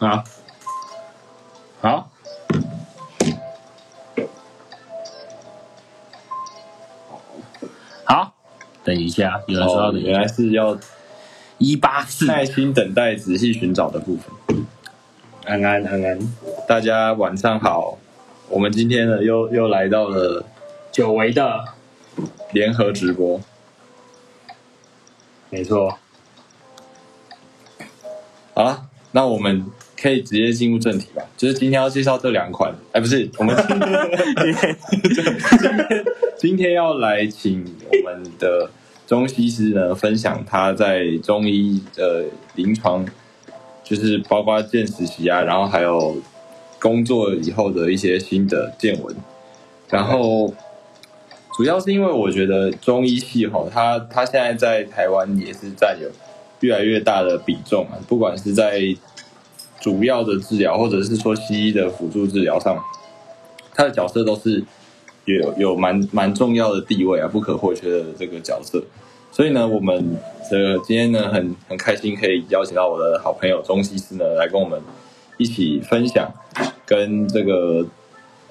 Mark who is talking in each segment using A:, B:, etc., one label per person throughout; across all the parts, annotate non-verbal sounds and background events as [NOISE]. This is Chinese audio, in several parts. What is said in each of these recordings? A: 啊，好，好，等一下，有人说要
B: 哦，
A: 等
B: 原来是要
A: 一八四，
B: 耐心等待、仔细寻找的部分。
A: 安安安安，
B: 大家晚上好，我们今天呢又又来到了
A: 久违的，
B: 联合直播。
A: 没错，
B: 好啦，那我们可以直接进入正题吧。就是今天要介绍这两款，哎，不是，我们今天今天要来请我们的中西师呢分享他在中医的临床，就是包括见实习啊，然后还有工作以后的一些新的见闻。然后主要是因为我觉得中医系吼，它它现在在台湾也是占有越来越大的比重啊，不管是在主要的治疗，或者是说西医的辅助治疗上，它的角色都是有有蛮蛮重要的地位啊，不可或缺的这个角色。所以呢，我们呃今天呢很很开心可以邀请到我的好朋友中西师呢来跟我们一起分享跟这个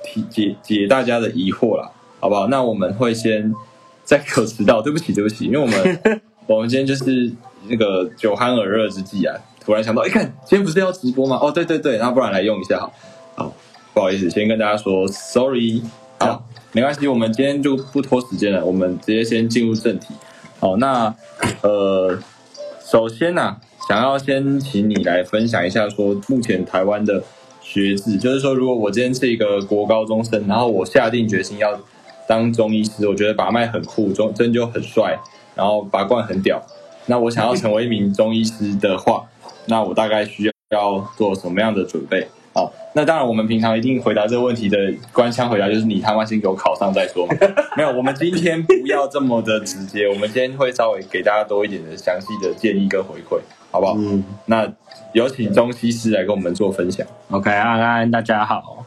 B: 提解解大家的疑惑啦，好不好？那我们会先再给我迟到，对不起，对不起，因为我们我们今天就是那个酒酣耳热之际啊，突然想到，哎、看今天不是要直播吗？哦，对对对，那不然来用一下好，好，不好意思，先跟大家说 sorry，好，没关系，我们今天就不拖时间了，我们直接先进入正题。好，那呃，首先呢、想要先请你来分享一下，说目前台湾的学制，就是说，如果我今天是一个国高中生，然后我下定决心要当中医师，我觉得把脉很酷，中针灸很帅，然后拔罐很屌。那我想要成为一名中医师的话，那我大概需要做什么样的准备？好，那当然，我们平常一定回答这个问题的官腔回答就是你他妈先给我考上再说嘛。没有，我们今天不要这么的直接，我们今天会稍微给大家多一点的详细的建议跟回馈，好不好？
A: 嗯
B: 那有请中西师来跟我们做分享。
A: ，OK，安安，大家好，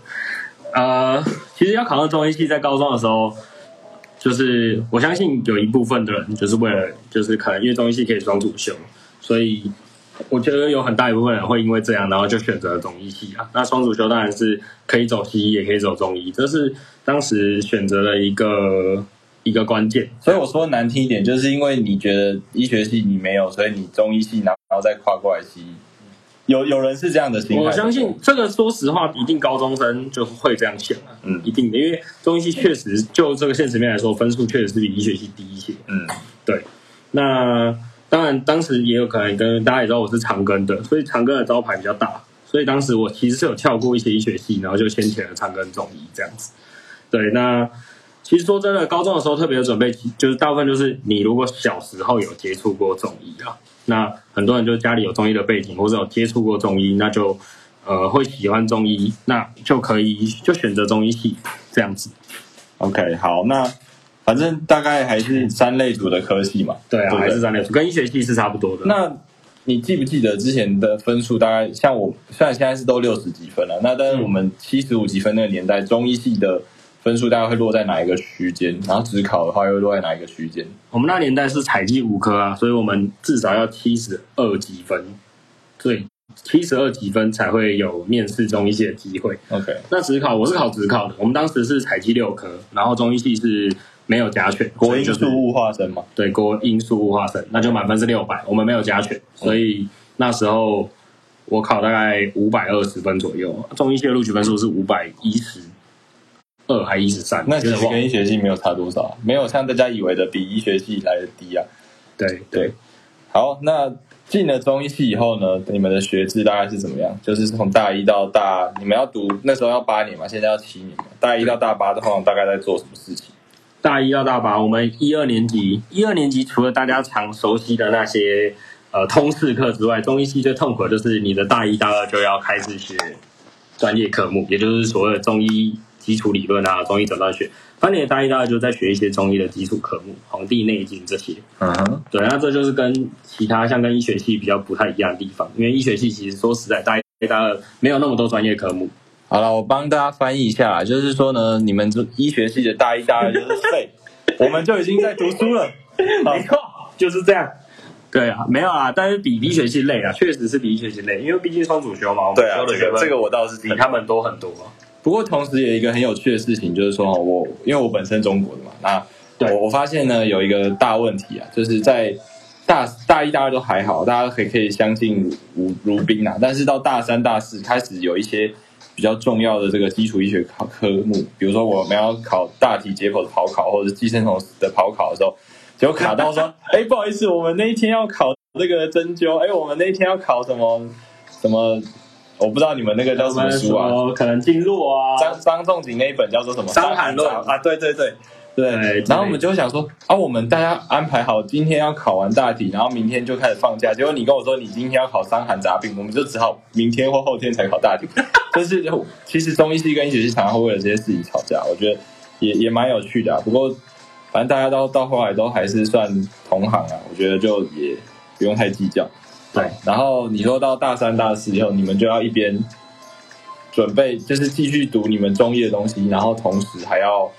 A: 呃，其实要考上中医系，在高中的时候。就是我相信有一部分的人，就是为了就是可能因为中医系可以双主修，所以我觉得有很大一部分人会因为这样，然后就选择中医系啊。那双主修当然是可以走西医，也可以走中医，这是当时选择的一个一个关键。
B: 所以我说难听一点，就是因为你觉得医学系你没有，所以你中医系，然后然后再跨过来西医。有有人是这样的心态，
A: 我相信这个，说实话，一定高中生就会这样想啊，
B: 嗯
A: 一定的，因为中医系确实就这个现实面来说，分数确实是比医学系低一些。
B: 嗯，
A: 对，那当然当时也有可能跟大家也知道我是长庚的，所以长庚的招牌比较大，所以当时我其实是有跳过一些医学系，然后就先填了长庚中医这样子。对，那其实说真的，高中的时候特别有准备，就是大部分就是你如果小时候有接触过中医啊，那很多人就家里有中医的背景，或者有接触过中医，那就呃会喜欢中医，那就可以就选择中医系这样子。
B: OK，好，那反正大概还是三类组的科系嘛。
A: 对啊，
B: 不
A: 还是三类组，跟医学系是差不多的。
B: 那你记不记得之前的分数大概像我，虽然现在是都六十几分了，那
A: 嗯
B: 但是我们七十五几分那个年代，中医系的分数大概会落在哪一个区间？然后只考的话又落在哪一个区间？
A: 我们那年代是采集五科啊，所以我们至少要七十二积分，对，七十二积分才会有面试中医系的机会。
B: OK，
A: 那职考我是考职考的，我们当时是采集六科，然后中医系是没有加权，
B: 国
A: 所
B: 英
A: 以就是
B: 数物化生嘛。
A: 对国英数物化生，那就满分是六百，我们没有加权，所以那时候我考大概五百二十分左右，中医系的录取分数是五百一十二还一十三，
B: 那其
A: 有
B: 实
A: 点忘了
B: 跟医学系没有差多少，没有像大家以为的比医学系来的低啊。
A: 对
B: 对，好，那进了中医系以后呢，你们的学制大概是怎么样？就是从大一到大，你们要读那时候要八年嘛，现在要七年嘛。大一到大八的话，大概在做什么事情？
A: 大一到大八，我们一二年级，一二年级除了大家常熟悉的那些呃通识课之外，中医系最痛苦的就是你的大一、大二就要开始学专业科目，也就是所谓的中医基础理论啊、中医诊断学。反正你的大一、大二就在学一些中医的基础科目，《黄帝内经》这些。
B: 嗯哼，
A: 对，那这就是跟其他像跟医学系比较不太一样的地方，因为医学系其实说实在，大一、大二没有那么多专业科目，
B: 好了，我帮大家翻译一下啦，就是说呢，你们这医学系的大一、大二就是废，我们就已经在读书了。
A: 没错，就是这样。对啊，没有啊，但是比医学系累啊，确实是比医学系累，因为毕竟双主修嘛，我们
C: 对啊
A: 修，的
C: 这
A: 学
C: 个
A: 分
C: 这个我倒是
A: 比
C: 听
A: 他们多很多啊。
B: 不过同时也有一个很有趣的事情，就是说我因为我本身中国的嘛，那
A: 对
B: 我我发现呢有一个大问题啊，就是在大大一大二都还好，大家可以可以相敬如如宾啊，但是到大三大四开始有一些比较重要的这个基础医学考科目，比如说我们要考大体解剖的跑考或者是寄生虫的跑考的时候，结果卡到说，哎，不好意思，我们那一天要考这个针灸，哎，我们那一天要考什么什么。我不知道你们那个叫什么书啊？
A: 我们可能经络啊，
B: 张张仲景那一本叫做什么《
C: 伤寒论
B: 伤》
C: 啊，对对对，
B: 对
A: 对之类的，
B: 然后我们就想说啊，我们大家安排好今天要考完大题，然后明天就开始放假。结果你跟我说你今天要考伤寒杂病，我们就只好明天或后天才考大题。 [LAUGHS] 就是其实中医系跟医学系常常会为了这些事情吵架，我觉得也也蛮有趣的、啊。不过反正大家到到后来都还是算同行啊，我觉得就也不用太计较。
A: 对
B: 好，然后你说到大三、大四以后，你们就要一边准备，就是继续读你们中医的东西，然后同时还要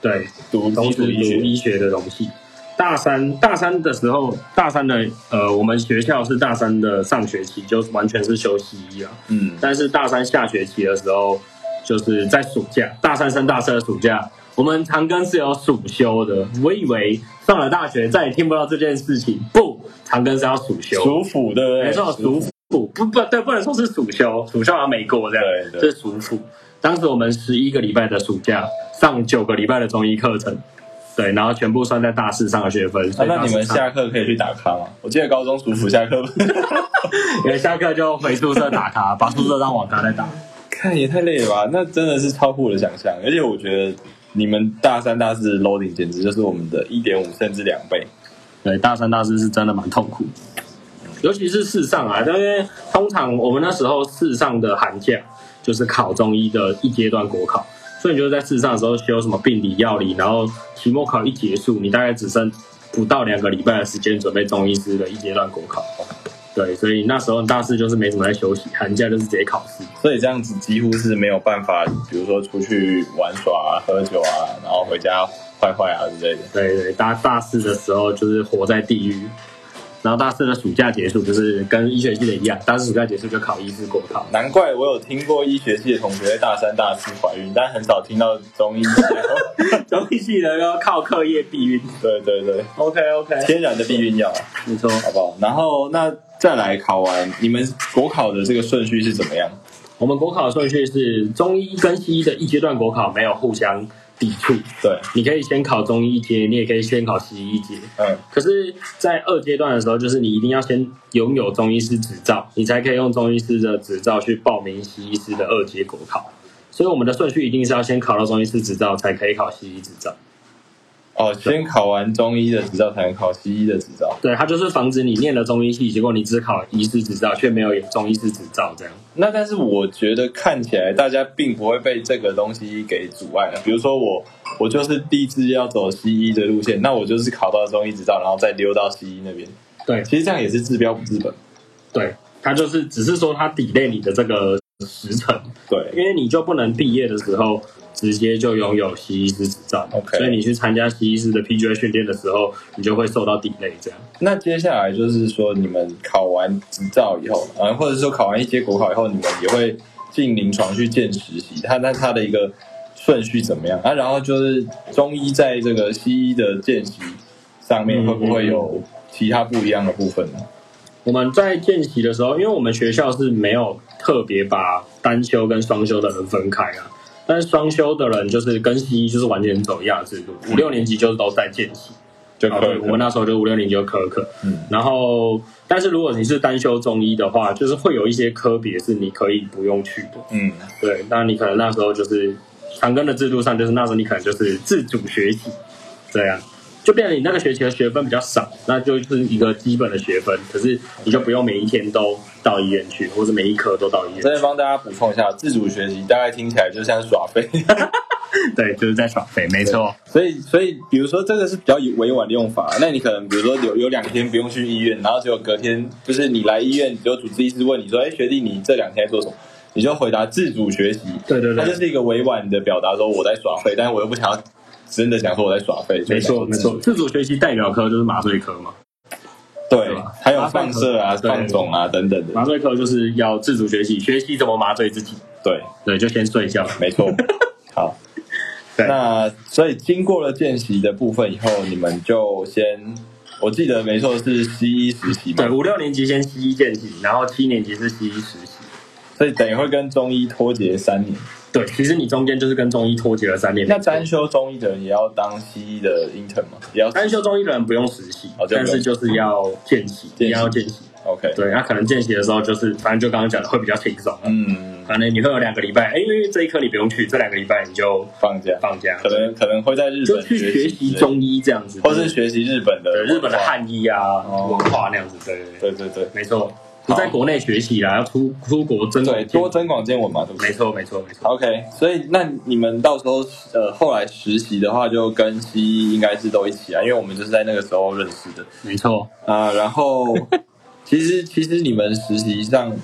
A: 对，
B: 读
A: 都
B: 基
A: 是
B: 础
A: 读
B: 医学。
A: 医学的东西。大三大三的时候，大三的呃，我们学校是大三的上学期就完全是修西医啊，
B: 嗯，
A: 但是大三下学期的时候，就是在暑假，大三升大四的暑假，我们长庚是有暑修的。我以为上了大学再也听不到这件事情，不，长庚是要暑修，
B: 属虎对不对？
A: 没错，暑辅不不对，不能说是暑修，暑修好像没过这样，
B: 对对
A: 这是暑辅。当时我们十一个礼拜的暑假，上九个礼拜的中医课程，对，然后全部算在大四上的学分。所
B: 啊
A: 以
B: 那你们
A: 大四上
B: 下课可以去打卡吗？我记得高中暑辅下
A: [LAUGHS]
B: 课，
A: 你们下课就回宿舍打卡，把宿舍当网咖在打。
B: 看也太累了吧？那真的是超乎我的想象，而且我觉得你们大三、大四的 loading 简直就是我们的一点五甚至两倍。
A: 对，大三、大四是真的蛮痛苦的，尤其是四上啊，因为通常我们那时候四上的寒假就是考中医的一阶段国考，所以你就在四上的时候修什么病理、药理，然后期末考一结束，你大概只剩不到两个礼拜的时间准备中医师的一阶段国考。对，所以那时候大四就是没怎么在休息，寒假就是直接考试。
B: 所以这样子几乎是没有办法，比如说出去玩耍啊、喝酒啊，然后回家坏坏啊之类的。
A: 对对，大大四的时候就是活在地狱，然后大四的暑假结束就是跟医学系的一样，大四暑假结束就考医师国考。
B: 难怪我有听过医学系的同学在大三、大四怀孕，但很少听到中医。 [LAUGHS]
A: 中医系的要靠课业避孕。
B: 对对对，
A: OK OK，
B: 天然的避孕药啊，
A: 没错。
B: 好不好？然后那再来考完，你们国考的这个顺序是怎么样？
A: 我们国考的顺序是中医跟西医的一阶段国考没有互相抵触，
B: 对，
A: 你可以先考中医阶，你也可以先考西医阶。
B: 嗯，
A: 可是，在二阶段的时候，就是你一定要先拥有中医师执照，你才可以用中医师的执照去报名西医师的二阶国考。所以我们的顺序一定是要先考到中医师执照，才可以考西医执照。
B: 哦，先考完中医的执照，才能考西医的执照。
A: 对，它就是防止你念了中医系，结果你只考医师执照，却没有中医师执照这样。
B: 那但是我觉得看起来大家并不会被这个东西给阻碍了。比如说我，我就是立志要走西医的路线，那我就是考到中医执照，然后再溜到西医那边。
A: 对
B: 其实这样也是治标不治本。
A: 对，他就是只是说他抵 e 你的这个时程，
B: 对，
A: 因为你就不能毕业的时候直接就拥有西医师执照
B: OK
A: 所以你去参加西医师的 PGA 训练的时候，你就会受到抵 e 这样。
B: 那接下来就是说，你们考完执照以后，呃，或者是说考完一阶国考以后，你们也会进临床去见实习。它那它的一个顺序怎么样啊？然后就是中医在这个西医的见习上面
A: 嗯
B: 会不会有其他不一样的部分呢？
A: 我们在见习的时候，因为我们学校是没有特别把单修跟双修的人分开啊，但是双修的人就是跟西医就是完全走一样的制度，五六年级就是都在见习。
B: 就
A: 啊，
B: 可
A: 对，
B: 以
A: 我们那时候就五六零就科科，
B: 嗯
A: 然后但是如果你是单修中医的话，就是会有一些科别是你可以不用去的，
B: 嗯，
A: 对，那你可能那时候就是长庚的制度上，就是那时候你可能就是自主学习，这样就变成你那个学期的学分比较少，那就是一个基本的学分，可是你就不用每一天都到医院去，或者每一科都到医院
B: 这边帮大家补充一下，自主学习大概听起来就像耍废，
A: 去，对，就是在耍废，没错，
B: 所以所以比如说这个是比较委婉的用法，那你可能比如说有有两天不用去医院，然后结果隔天就是你来医院，只有主治医师问你说，哎，学弟你这两天在做什么？你就回答自主学习，
A: 对对对
B: 它就是一个委婉的表达，说我在耍废，但是我又不想要真的想说我在耍废，
A: 没错没错，，自主学习代表科就是麻醉科嘛，
B: 对
A: 吧，
B: 还有放射啊、
A: 对
B: 放纵啊等等的，
A: 麻醉课就是要自主学习，学习怎么麻醉自己。
B: 对，
A: 对，就先睡觉。[LAUGHS]
B: 没错。好，
A: 对
B: 那所以经过了见习的部分以后，你们就先，我记得没错是西医实习
A: 对，
B: 嘛，
A: 五六年级先西医见习，然后七年级是西医实习。
B: 所以等于会跟中医脱节三年。
A: 对，其实你中间就是跟中医脱节了三年。
B: 那单修中医的人也要当西医的 intern 吗？也要
A: 单修中医的人不用实习，
B: 哦这样
A: 但
B: 不用
A: 是就是要见习，
B: 见
A: 一
B: 习
A: 样要见习。
B: OK，
A: 对，那可能见习的时候就是，反正就刚刚讲的会比较轻松啊。
B: 嗯，
A: 可能你会有两个礼拜，哎，因为这一科你不用去，这两个礼拜你就
B: 放假，
A: 放假，
B: 可能可能会在日
A: 就
B: 本
A: 去学习
B: 之类的，
A: 中医这样子，
B: 或是学习日本的
A: 对日本的
B: 文化，
A: 汉医啊
B: 哦
A: 文化那样子，对对对，
B: 对对对
A: 没错，不在国内学习啦，要出出国真的
B: 对，多增广见闻嘛，对不对
A: 没？错没错没错，
B: OK，所以那你们到时候呃后来实习的话，就跟西医应该是都一起啊，因为我们就是在那个时候认识的
A: 没错，
B: 啊、
A: [LAUGHS]
B: 然后其实其实你们实习上，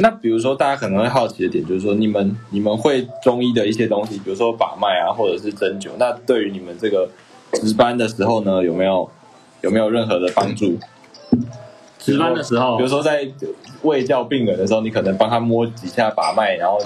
B: 那比如说大家可能会好奇的点就是说，你们你们会中医的一些东西，比如说把脉啊，或者是针灸，那对于你们这个值班的时候呢，有没有有没有任何的帮助？
A: 值班的时候
B: 比如说在喂教病人的时候，你可能帮他摸几下把脉，然后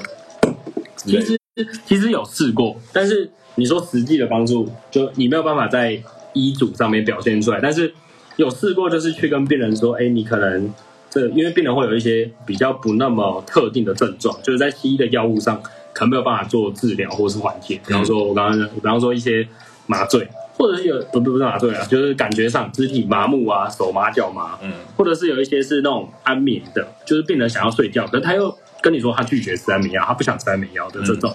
B: 之
A: 其
B: 类的。
A: 实其实有试过，但是你说实际的帮助，就你没有办法在医嘱上面表现出来。但是有试过，就是去跟病人说，哎，你可能这因为病人会有一些比较不那么特定的症状，就是在西医的药物上可能没有办法做治疗或是缓
B: 嗯
A: 解。比方说，我刚刚比方说一些麻醉，或者是有不不不是麻醉啊，就是感觉上肢体麻木啊，手麻脚麻，
B: 嗯，
A: 或者是有一些是那种安眠的，就是病人想要睡觉，可是他又跟你说他拒绝吃安眠药，他不想吃安眠药的这种。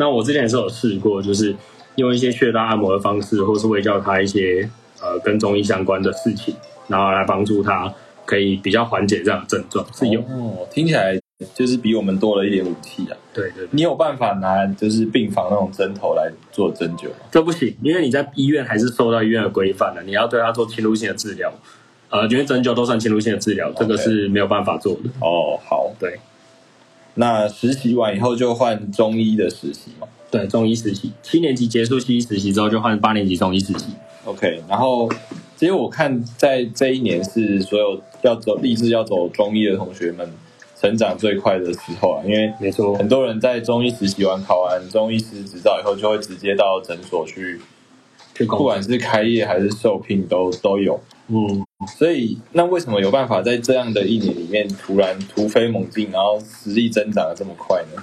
A: 那我之前也是有试过，就是用一些穴道按摩的方式，或是会教他一些呃跟中医相关的事情，然后来帮助他可以比较缓解这样的症状，是有。
B: 哦，听起来就是比我们多了一点武器啊。
A: 对对对，
B: 你有办法拿就是病房那种针头来做针灸吗？
A: 这不行，因为你在医院还是受到医院的规范的，你要对他做侵入性的治疗。呃，因为针灸都算侵入性的治疗，这个
B: OK
A: 是没有办法做的。
B: 哦，好，
A: 对
B: 那实习完以后就换中医的实习嘛。
A: 对，中医实习，七年级结束西医实习之后，就换八年级中医实习。
B: OK，然后其实我看在这一年是所有要走立志要走中医的同学们成长最快的时候啊，因为
A: 没错
B: 很多人在中医实习完考完中医师执照以后，就会直接到诊所去，
A: 去
B: 不
A: 工作。
B: 管是开业还是受聘都都有。
A: 嗯，
B: 所以，那为什么有办法在这样的一年里面突然突飞猛进，然后实力增长的这么快呢？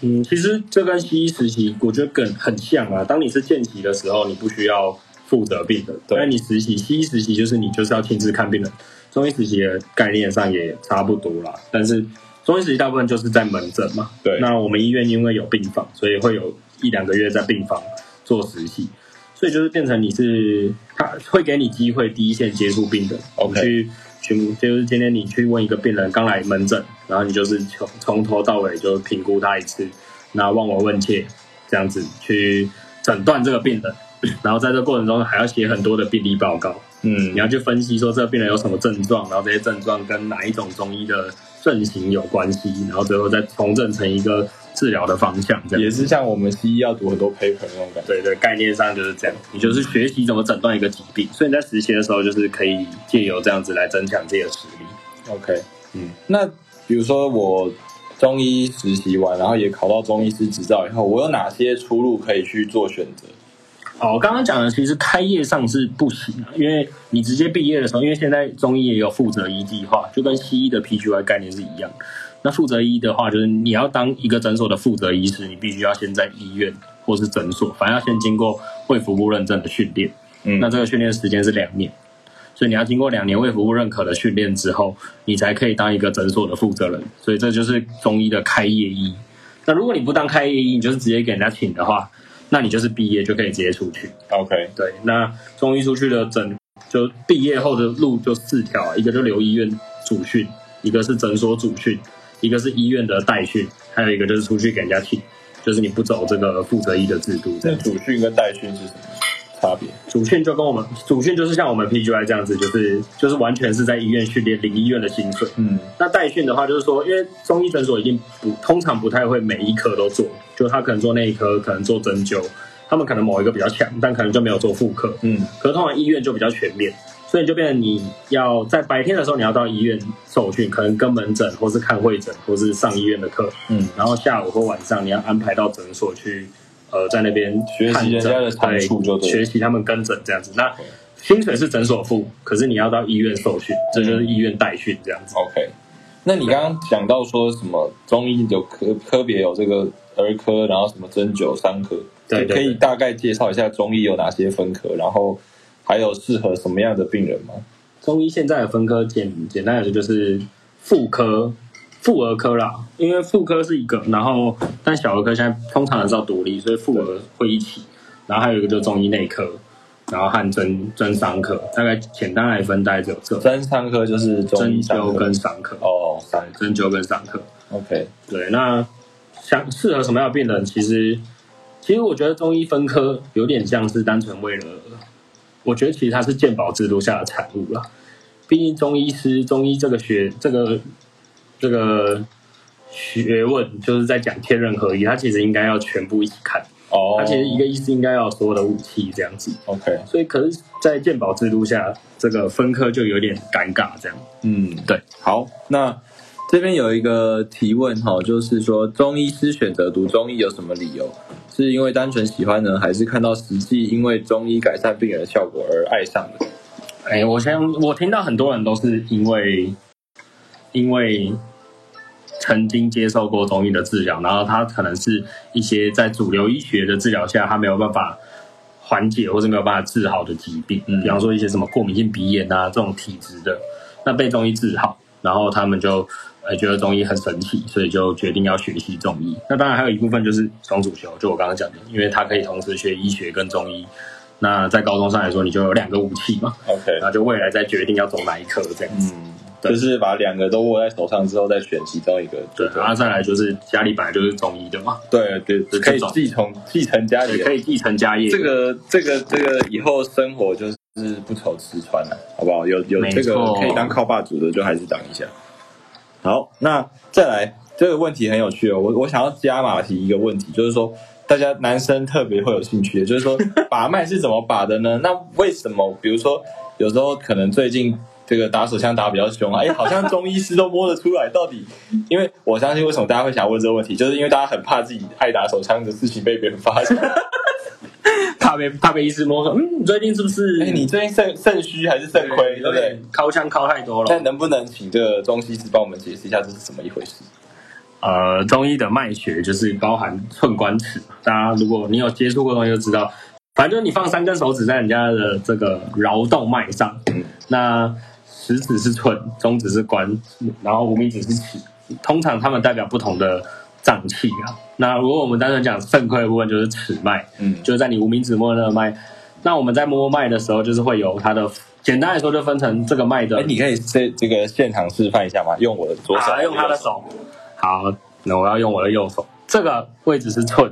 A: 嗯，其实这跟西医实习，我觉得更很像啊。当你是见习的时候，你不需要负责病人，
B: 对
A: 但你实习西医实习就是你就是要亲自看病人，中医实习的概念上也差不多啦。但是中医实习大部分就是在门诊嘛，
B: 对
A: 那我们医院因为有病房，所以会有一两个月在病房做实习，所以就是变成你是他会给你机会第一线接触病人，我
B: OK
A: 们去询，就是今天你去问一个病人刚来门诊，然后你就是从从头到尾就评估他一次，那望闻问切这样子去诊断这个病人， [COUGHS] 然后在这过程中还要写很多的病例报告，你
B: 嗯
A: 要去分析说这个病人有什么症状，然后这些症状跟哪一种中医的症型有关系，然后最后再重整成一个治疗的方向，这样
B: 也是像我们西医要读很多 paper 那种感觉。
A: 对对，概念上就是这样，你就是学习怎么诊断一个疾病，所以你在实习的时候就是可以借由这样子来增强自己的实力。
B: OK，
A: 嗯，
B: 那比如说我中医实习完，然后也考到中医师执照以后，我有哪些出路可以去做选择？
A: 哦，我刚刚讲的其实开业上是不行的、因为你直接毕业的时候，因为现在中医也有负责医计划，就跟西医的 PGY 概念是一样的。那负责医的话，就是你要当一个诊所的负责医师，你必须要先在医院或是诊所，反正要先经过卫福部认证的训练。
B: 嗯
A: 那这个训练时间是两年，所以你要经过两年卫福部认可的训练之后，你才可以当一个诊所的负责人。所以这就是中医的开业医。那如果你不当开业医，你就是直接给人家请的话，那你就是毕业就可以直接出去。
B: OK，
A: 对，那中医出去的诊，就毕业后的路就四条啊，一个就留医院主训，一个是诊所主训，一个是医院的代训，还有一个就是出去给人家请，就是你不走这个负责医的制度。这
B: 那
A: 样
B: 主训跟代训是什么差别？
A: 主训就跟我们主训就是像我们 PGY 这样子，就是就是完全是在医院训练，领医院的薪水。
B: 嗯
A: 那代训的话，就是说，因为中医诊所一定不通常不太会每一科都做，就他可能做内科，可能做针灸，他们可能某一个比较强，但可能就没有做妇科。
B: 嗯
A: 可是通常医院就比较全面，所以就变成你要在白天的时候你要到医院受训，可能跟门诊或是看会诊或是上医院的课，
B: 嗯，
A: 然后下午或晚上你要安排到诊所去，呃，在那边
B: 学习
A: 看
B: 人
A: 诊
B: 家的长处就对了
A: 学习他们跟诊这样子。那薪水是诊所付，可是你要到医院受训，这就是医院代训这样子。
B: OK，那你刚刚讲到说什么中医有科科别有这个儿科，然后什么针灸、伤科，
A: 对对对
B: 可以大概介绍一下中医有哪些分科，然后还有适合什么样的病人吗？
A: 中医现在的分科简简单来说就是妇科、妇儿科啦，因为妇科是一个，然后但小儿科现在通常还是要独立，所以妇儿会一起，然后还有一个就是中医内科，然后和针针伤科，大概简单来分大概只有这
B: 针伤科就是中
A: 针
B: 医伤
A: 灸
B: 科
A: 跟伤科，
B: 哦，伤科
A: 针灸跟伤科。
B: OK，
A: 对，那想适合什么样的病人，其实其实我觉得中医分科有点像是单纯为了，我觉得其实它是健保制度下的产物啦。毕竟中医师、中医这个学、这个这个学问，就是在讲天人合一，它其实应该要全部一起看。
B: 哦，
A: 它其实一个医师应该要有所有的武器这样子。
B: OK，
A: 所以，可是，在健保制度下，这个分科就有点尴尬这样。
B: 嗯，
A: 对，
B: 好，那这边有一个提问哈，就是说中医师选择读中医有什么理由？是因为单纯喜欢呢，还是看到实际因为中医改善病人的效果而爱上的？
A: 哎、我相我听到很多人都是因为因为曾经接受过中医的治疗，然后他可能是一些在主流医学的治疗下，他没有办法缓解或是没有办法治好的疾病，
B: 嗯
A: 比方说一些什么过敏性鼻炎啊这种体质的，那被中医治好，然后他们就呃觉得中医很神奇，所以就决定要学习中医。那当然还有一部分就是双主修，就我刚刚讲的，因为他可以同时学医学跟中医。那在高中上来说，你就有两个武器嘛，
B: OK，
A: 那就未来再决定要走哪一科这样子。
B: 嗯，
A: 对
B: 啊就是把两个都握在手上之后，再选其中一个。
A: 对，然后再来就是家里本来就是中医的嘛，
B: 啊对对对，可以继承继承家里
A: 也可
B: 的。
A: 以继承家业。
B: 啊这个这个这个以后生活就是不愁吃穿了、好不好？有有
A: 没
B: 这个
A: 错
B: 可以当靠霸主的，就还是当一下。好，那再来这个问题很有趣哦，我我想要加码提一个问题，就是说。大家男生特别会有兴趣的，就是
A: [LAUGHS]
B: 说把脉是怎么把的呢？那为什么？比如说，有时候可能最近这个打手枪打比较凶啊，哎，好像中医师都摸得出来，到底？因为我相信，为什么大家会想问这个问题，就是因为大家很怕自己爱打手枪的事情被别人发现。
A: 怕被怕被医师摸说，嗯，你最近是不是
B: 哎、你最近肾肾虚还是肾亏，对
A: 有
B: 不对
A: 点？靠枪靠太多
B: 那
A: 了？
B: 能不能请这个中西师帮我们解释一下这是怎么一回事？
A: 呃，中医的脉学就是包含寸关尺，大家如果你有接触过中医就知道，反正就是你放三根手指在人家的这个桡动脉上，
B: 嗯
A: 那食指是寸，中指是关，然后无名指是尺。通常它们代表不同的脏器啊。那如果我们单纯讲肾亏的部分，就是尺脉，
B: 嗯
A: 就是在你无名指摸那个脉。那我们在摸脉的时候，就是会有它的，简单来说就分成这个脉的
B: 哎、你可以这这个现场示范一下吗？用我的左手，
A: 啊，用他的。手。好，那我要用我的右手。这个位置是寸，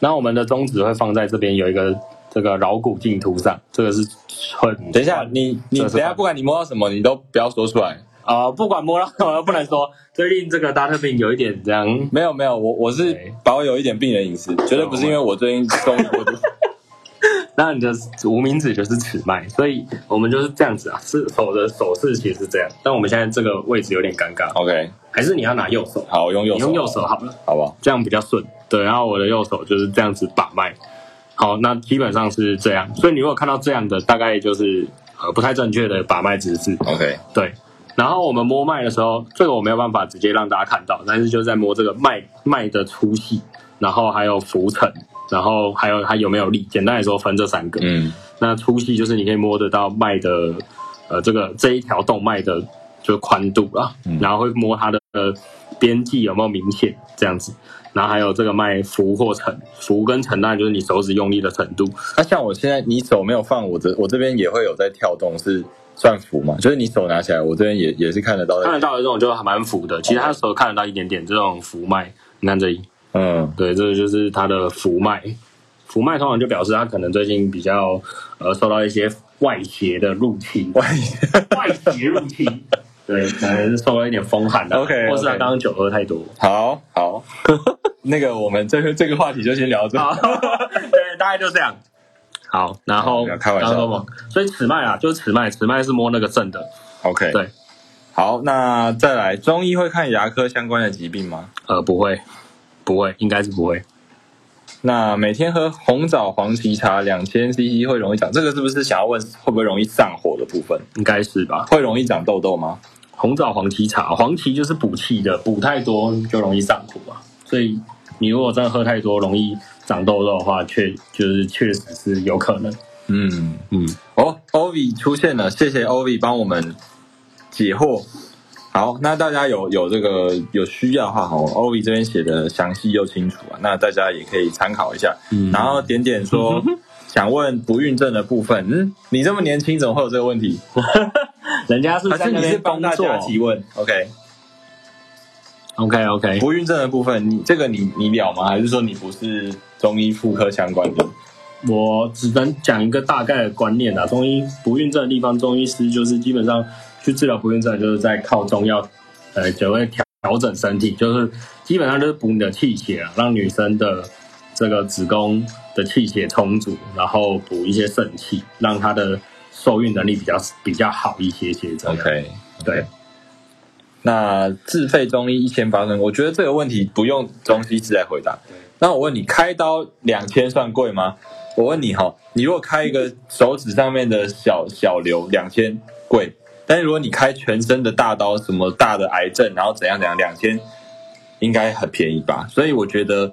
A: 然后我们的中指会放在这边有一个这个桡骨茎突上，这个是寸。
B: 等一下，你你
A: 这
B: 等
A: 是
B: 一下，不管你摸到什么，你都不要说出来。
A: 啊、不管摸到什么不能说，最近这个达特病有一点这样。
B: 没有没有，我我是
A: 对
B: 保有一点病人隐私，绝对不是因为我最近中医过度。
A: 那你的无名指就是尺脉，所以我们就是这样子啊，是手的手势其实是这样，但我们现在这个位置有点尴尬，哦
B: OK，
A: 还是你要拿右手，
B: 好，我用右
A: 你
B: 手，
A: 用右手好了。
B: 好不好？
A: 这样比较顺。对，然后我的右手就是这样子把脉。好，那基本上是这样。所以你如果看到这样的，大概就是呃不太正确的把脉姿势。
B: OK，
A: 对，然后我们摸脉的时候，这个我没有办法直接让大家看到，但是就是在摸这个脉脉的粗细，然后还有浮沉，然后还有它有没有力。简单来说，分这三个。
B: 嗯，
A: 那粗细就是你可以摸得到脉的，呃，这个这一条动脉的就宽度啊，
B: 嗯
A: 然后会摸它的呃边际有没有明显这样子，然后还有这个脉浮或沉，浮跟沉当然就是你手指用力的程度，
B: 那、像我现在你手没有放，我这我这边也会有在跳动，是算浮嘛？就是你手拿起来，我这边也也是看得到
A: 看得
B: 的。
A: 到的这种就还蛮浮的，其实他手看得到一点点这种浮脉，你看这里，
B: 嗯， [LAUGHS]
A: 对，这个就是它的浮脉。浮脉通常就表示他可能最近比较呃受到一些外邪的入侵，
B: 万
A: 外邪入侵， [LAUGHS] 对，可能是受到一点风寒的
B: OK，OK
A: 或是他刚刚酒喝太 [LAUGHS] 多。
B: 好好，那个我们这个这个话题就先聊到这。
A: 好，对，大概就这样。好，然后
B: 不要开玩笑
A: 然后所以尺脉啊，就是尺脉，尺脉是摸那个正的，
B: OK，
A: 对，
B: 好，那再来，中医会看牙科相关的疾病吗？
A: 呃，不会，不会，应该是不会。
B: 那每天喝红枣黄芪茶两千 CC 会容易长，这个是不是想要问会不会容易上火的部分？
A: 应该是吧？
B: 会容易长痘痘吗？
A: 红枣黄芪茶，黄芪就是补气的，补太多就容易上火嘛。所以你如果真的喝太多，容易长痘痘的话，确就是确实是有可能。
B: 嗯，
A: 嗯，
B: 哦，Ovi 出现了，谢谢 Ovi 帮我们解惑。好，那大家有有这个有需要的话，好，Ovi 这边写的详细又清楚啊，那大家也可以参考一下。
A: 嗯
B: 然后点
A: [LAUGHS]
B: 点说，想问不孕症的部分，嗯，你这么年轻，怎么会有这个问题？
A: 人家是不
B: 还
A: 在
B: 是
A: 那
B: 你是
A: 边
B: 帮
A: 工
B: 大
A: 作
B: 家提问？OK，
A: ？OK OK，
B: 不孕症的部分，你这个你你了吗？还是说你不是中医妇科相关的？
A: 我只能讲一个大概的观念啊。中医不孕症的地方，中医师就是基本上去治疗不孕症，就是在靠中药，呃，所谓调调整身体，就是基本上就是补你的气血啊，让女生的这个子宫的气血充足，然后补一些肾气，让她的受孕能力比较比较好一些些。这样
B: OK，
A: 对，啊
B: 那自费中医一千八分，我觉得这个问题不用中医师来回答。那我问你，开刀两千算贵吗？我问你哈，你如果开一个手指上面的小小瘤两千贵，但是如果你开全身的大刀，什么大的癌症，然后怎样怎样，两千应该很便宜吧？所以我觉得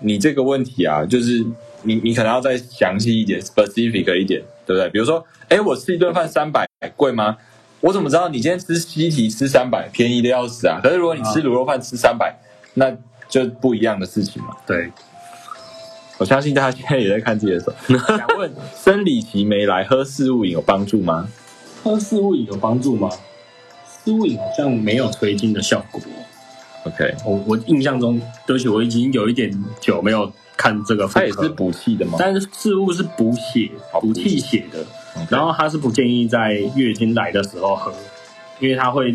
B: 你这个问题啊，就是你你可能要再详细一点，specific 一点，对不对？比如说，哎，我吃一顿饭三百贵吗？我怎么知道你今天吃西提吃三百便宜的要死啊？可是如果你吃卤肉饭吃三百，那就不一样的事情嘛。
A: 对， [LAUGHS]
B: 我相信大家现在也在看自己的 [LAUGHS] 手。想问生理期没来喝四物饮有帮助吗？
A: 喝四物饮有帮助吗？四物饮好像没有推进的效果。
B: OK，
A: 我我印象中，对不起，我已经有一点久没有看这个妇
B: 它也
A: 科
B: 是补气的吗？
A: 但是事物是补血、
B: 哦
A: 补气血的，
B: OK
A: 然后它是不建议在月经来的时候喝，因为它会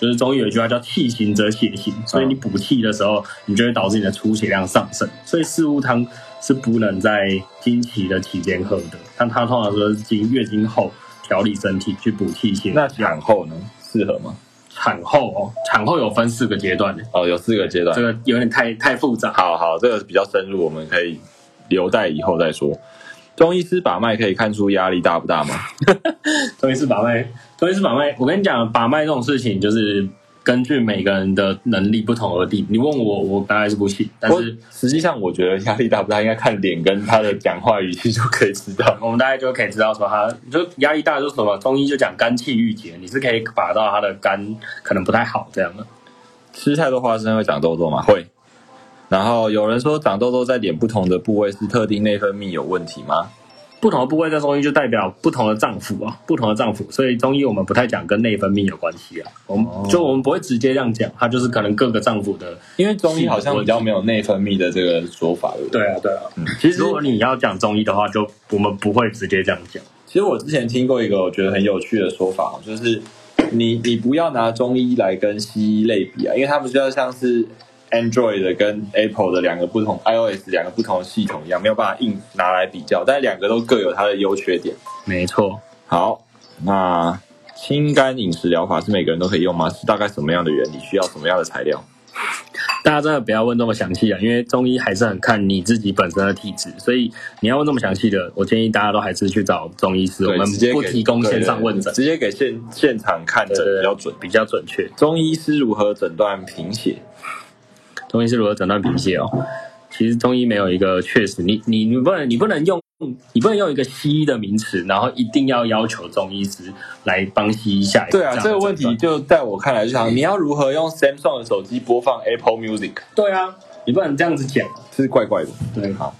A: 就是中医有一句话叫“气行则血行”，所
B: 嗯
A: 以你补气的时候，你就会导致你的出血量上升，所以四物汤是不能在经期的期间喝的，但它通常说是经月经后调理身体去补气血。
B: 那产后呢？适合吗？
A: 产后哦，产后有分四个阶段的，
B: 哦，有四个阶段
A: 这。个有点太太复杂。
B: 好好，这个比较深入，我们可以留待以后再说。中医师把脉可以看出压力大不大吗？
A: 中医师把脉，中医师把脉，我跟你讲，把脉这种事情就是根据每个人的能力不同而定。你问我，我当然是不行，但
B: 我
A: 是
B: 实际上，我觉得压力大不大，应该看脸跟他的讲话语气就可以知道。
A: 我们大概就可以知道说他，就压力大就是什么，中医就讲肝气郁结，你是可以把到他的肝可能不太好这样的。
B: 吃太多花生会长痘痘吗？会。然后有人说长痘痘在脸不同的部位是特定内分泌有问题吗？
A: 不同的部位在中医就代表不同的脏腑啊，不同的脏腑，所以中医我们不太讲跟内分泌有关系啊，我们、就我们不会直接这样讲，它就是可能各个脏腑的。
B: 因为中医好像比较没有内分泌的这个说法，对不对？
A: 对啊，对啊。
B: 嗯其实
A: 如果你要讲中医的话，就我们不会直接这样讲。
B: 其实我之前听过一个我觉得很有趣的说法，就是你你不要拿中医来跟西医类比啊，因为他们就要像是 Android 的跟 Apple 的两个不同 iOS 两个不同的系统一样，没有办法硬拿来比较，但两个都各有它的优缺点。
A: 没错，
B: 好，那清肝饮食疗法是每个人都可以用吗？是大概什么样的原理？需要什么样的材料？
A: 大家真的不要问那么详细啊，因为中医还是很看你自己本身的体质，所以你要问那么详细的，我建议大家都还是去找中医师，我
B: 对
A: 们
B: 直接
A: 不
B: 给
A: 提供线上问诊，
B: 直接给现现场看诊
A: 对对对
B: 比较准。
A: 比较准确。
B: 中医师如何诊断贫血？
A: 中医是如何诊断贫血哦？ [COUGHS] 其实中医没有一个确实，你你你不能你不能用你不能用一个西医的名词，然后一定要要求中医师来帮西医下一
B: 对
A: 样
B: 啊，
A: 的嗯
B: 这个问
A: 诊断
B: 题就在我看来，就想你要如何用 Samsung 的手机播放 Apple Music
A: 对啊，你不能这样子讲，
B: 是怪怪的，
A: 对
B: 好，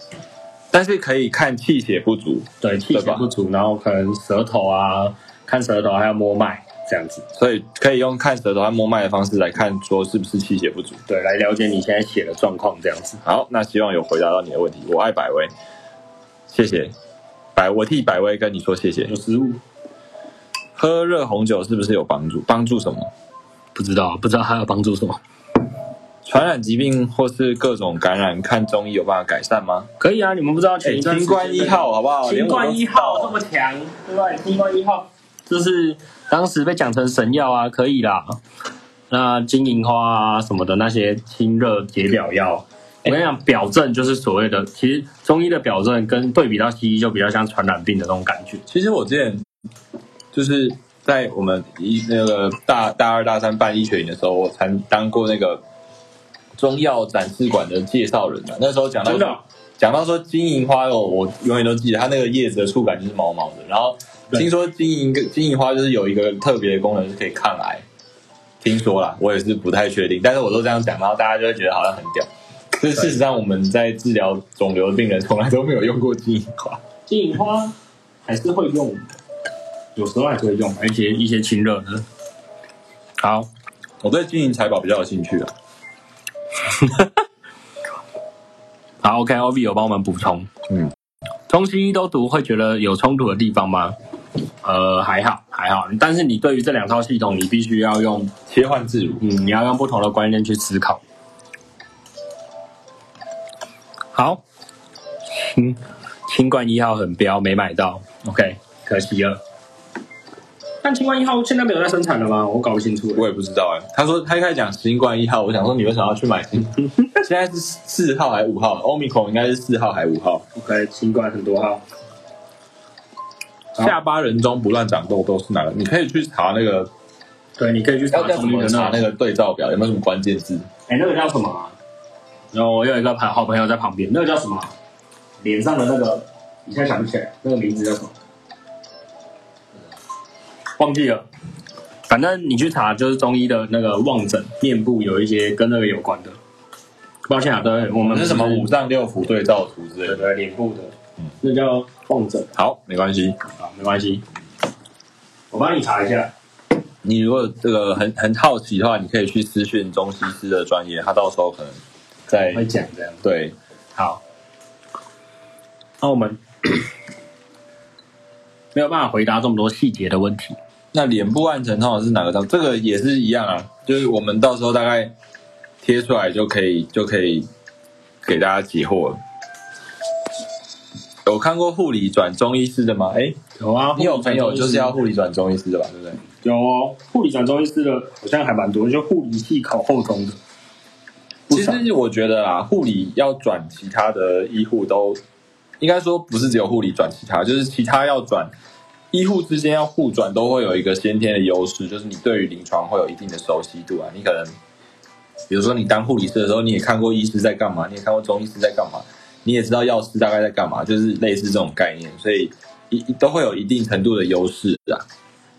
B: 但是可以看气血不足，
A: 对气
B: 对
A: 血
B: 吧
A: 不足，然后可能舌头啊，看舌头还要摸脉这样子。
B: 所以可以用看舌头和摸脉的方式来看，说是不是气血不足。
A: 对，来了解你现在写的状况这样子。
B: 好，那希望有回答到你的问题。我爱百威，谢谢百，我替百威跟你说谢谢
A: 有。食物
B: 喝热红酒是不是有帮助？帮助什么？
A: 不知道，不知道它要帮助什么。
B: 传染疾病或是各种感染，看中医有办法改善吗？
A: 可以啊，你们不知道前
B: 哎，
A: 一段时
B: 新
A: 间
B: 冠一号好不好？
A: 新冠一号这
B: 连我
A: 么强，对吧？新冠一号就是当时被讲成神药啊，可以啦。那金银花啊什么的那些清热解表药，我跟你讲，表症就是所谓的，其实中医的表症跟对比到西医就比较像传染病的那种感觉。
B: 其实我之前就是在我们医那个大大二大三办医学营的时候，我参当过那个中药展示馆的介绍人啊。那时候讲到
A: 真的哦
B: 讲到说金银花哦，我永远都记得它那个叶子的触感就是毛毛的。然后
A: 对
B: 听说金银金银花就是有一个特别的功能是可以抗癌，听说啦，我也是不太确定，但是我都这样讲，然后大家就会觉得好像很屌。可是事实上，我们在治疗肿瘤的病人从来都没有用过金银花。
A: 金银花还是会用，有时候还是会用，而且一些清热的。好，
B: 我对金银财宝比较有兴趣啊。
A: 好，OK，OV 啊有帮我们补充。
B: 嗯，
A: 中西医都读会觉得有冲突的地方吗？呃，还好，还好。但是你对于这两套系统，你必须要用，
B: 切换自如。
A: 嗯，你要用不同的观念去思考。好，新新冠一号很标，没买到，OK，可惜了。但新冠一号现在没有在生产了吗？我搞不清楚。
B: 我也不知道哎、他说他一开始讲新冠一号，我想说你为什么要去买新？ [LAUGHS] 现在是四号还是五号？欧米孔应该是四号还是五号？
A: OK，新冠很多号。好
B: 下巴人中不乱长痘痘是哪个？你可以去查那个，
A: 对，你可以去查中医的
B: 查
A: 那
B: 啊那个对照表有没有什么关键字？
A: 哎、那个叫什么、啊？然后我有一个朋好朋友在旁边，那个叫什么啊？脸上的那个，一下想不起来，那个名字叫什么？忘记了。反正你去查，就是中医的那个望诊，面部有一些跟那个有关的。抱歉啊，对，我们
B: 是什么
A: 不
B: 五脏六腑对照图之类
A: 对
B: 的？嗯
A: 对，脸部的，那叫望诊
B: 好，没关系。
A: 啊，没关系，我帮你查一下。
B: 你如果这个很很好奇的话，你可以去私讯中西师的专业，他到时候可能在
A: 会讲这样。
B: 对
A: 好，那我们 [COUGHS] 没有办法回答这么多细节的问题。
B: 那脸部暗沉通常是哪个脏？这个也是一样啊，就是我们到时候大概贴出来就可以，就可以给大家解惑了。有看过护理转中医师的吗？哎，
A: 有啊，
B: 你有朋友就是要
A: 护
B: 护理转中医师的吧？对不对？
A: 理有哦，护理转中医师的好像还蛮多，就护理系考后中的。不
B: 其
A: 少
B: 实我觉得啊，护理要转其他的医护都，应该说不是只有护理转其他，就是其他要转医护之间要互转，都会有一个先天的优势，就是你对于临床会有一定的熟悉度啊。你可能比如说你当护理师的时候，你也看过医师在干嘛，你也看过中医师在干嘛，你也知道药师大概在干嘛，就是类似这种概念，所以一都会有一定程度的优势啊。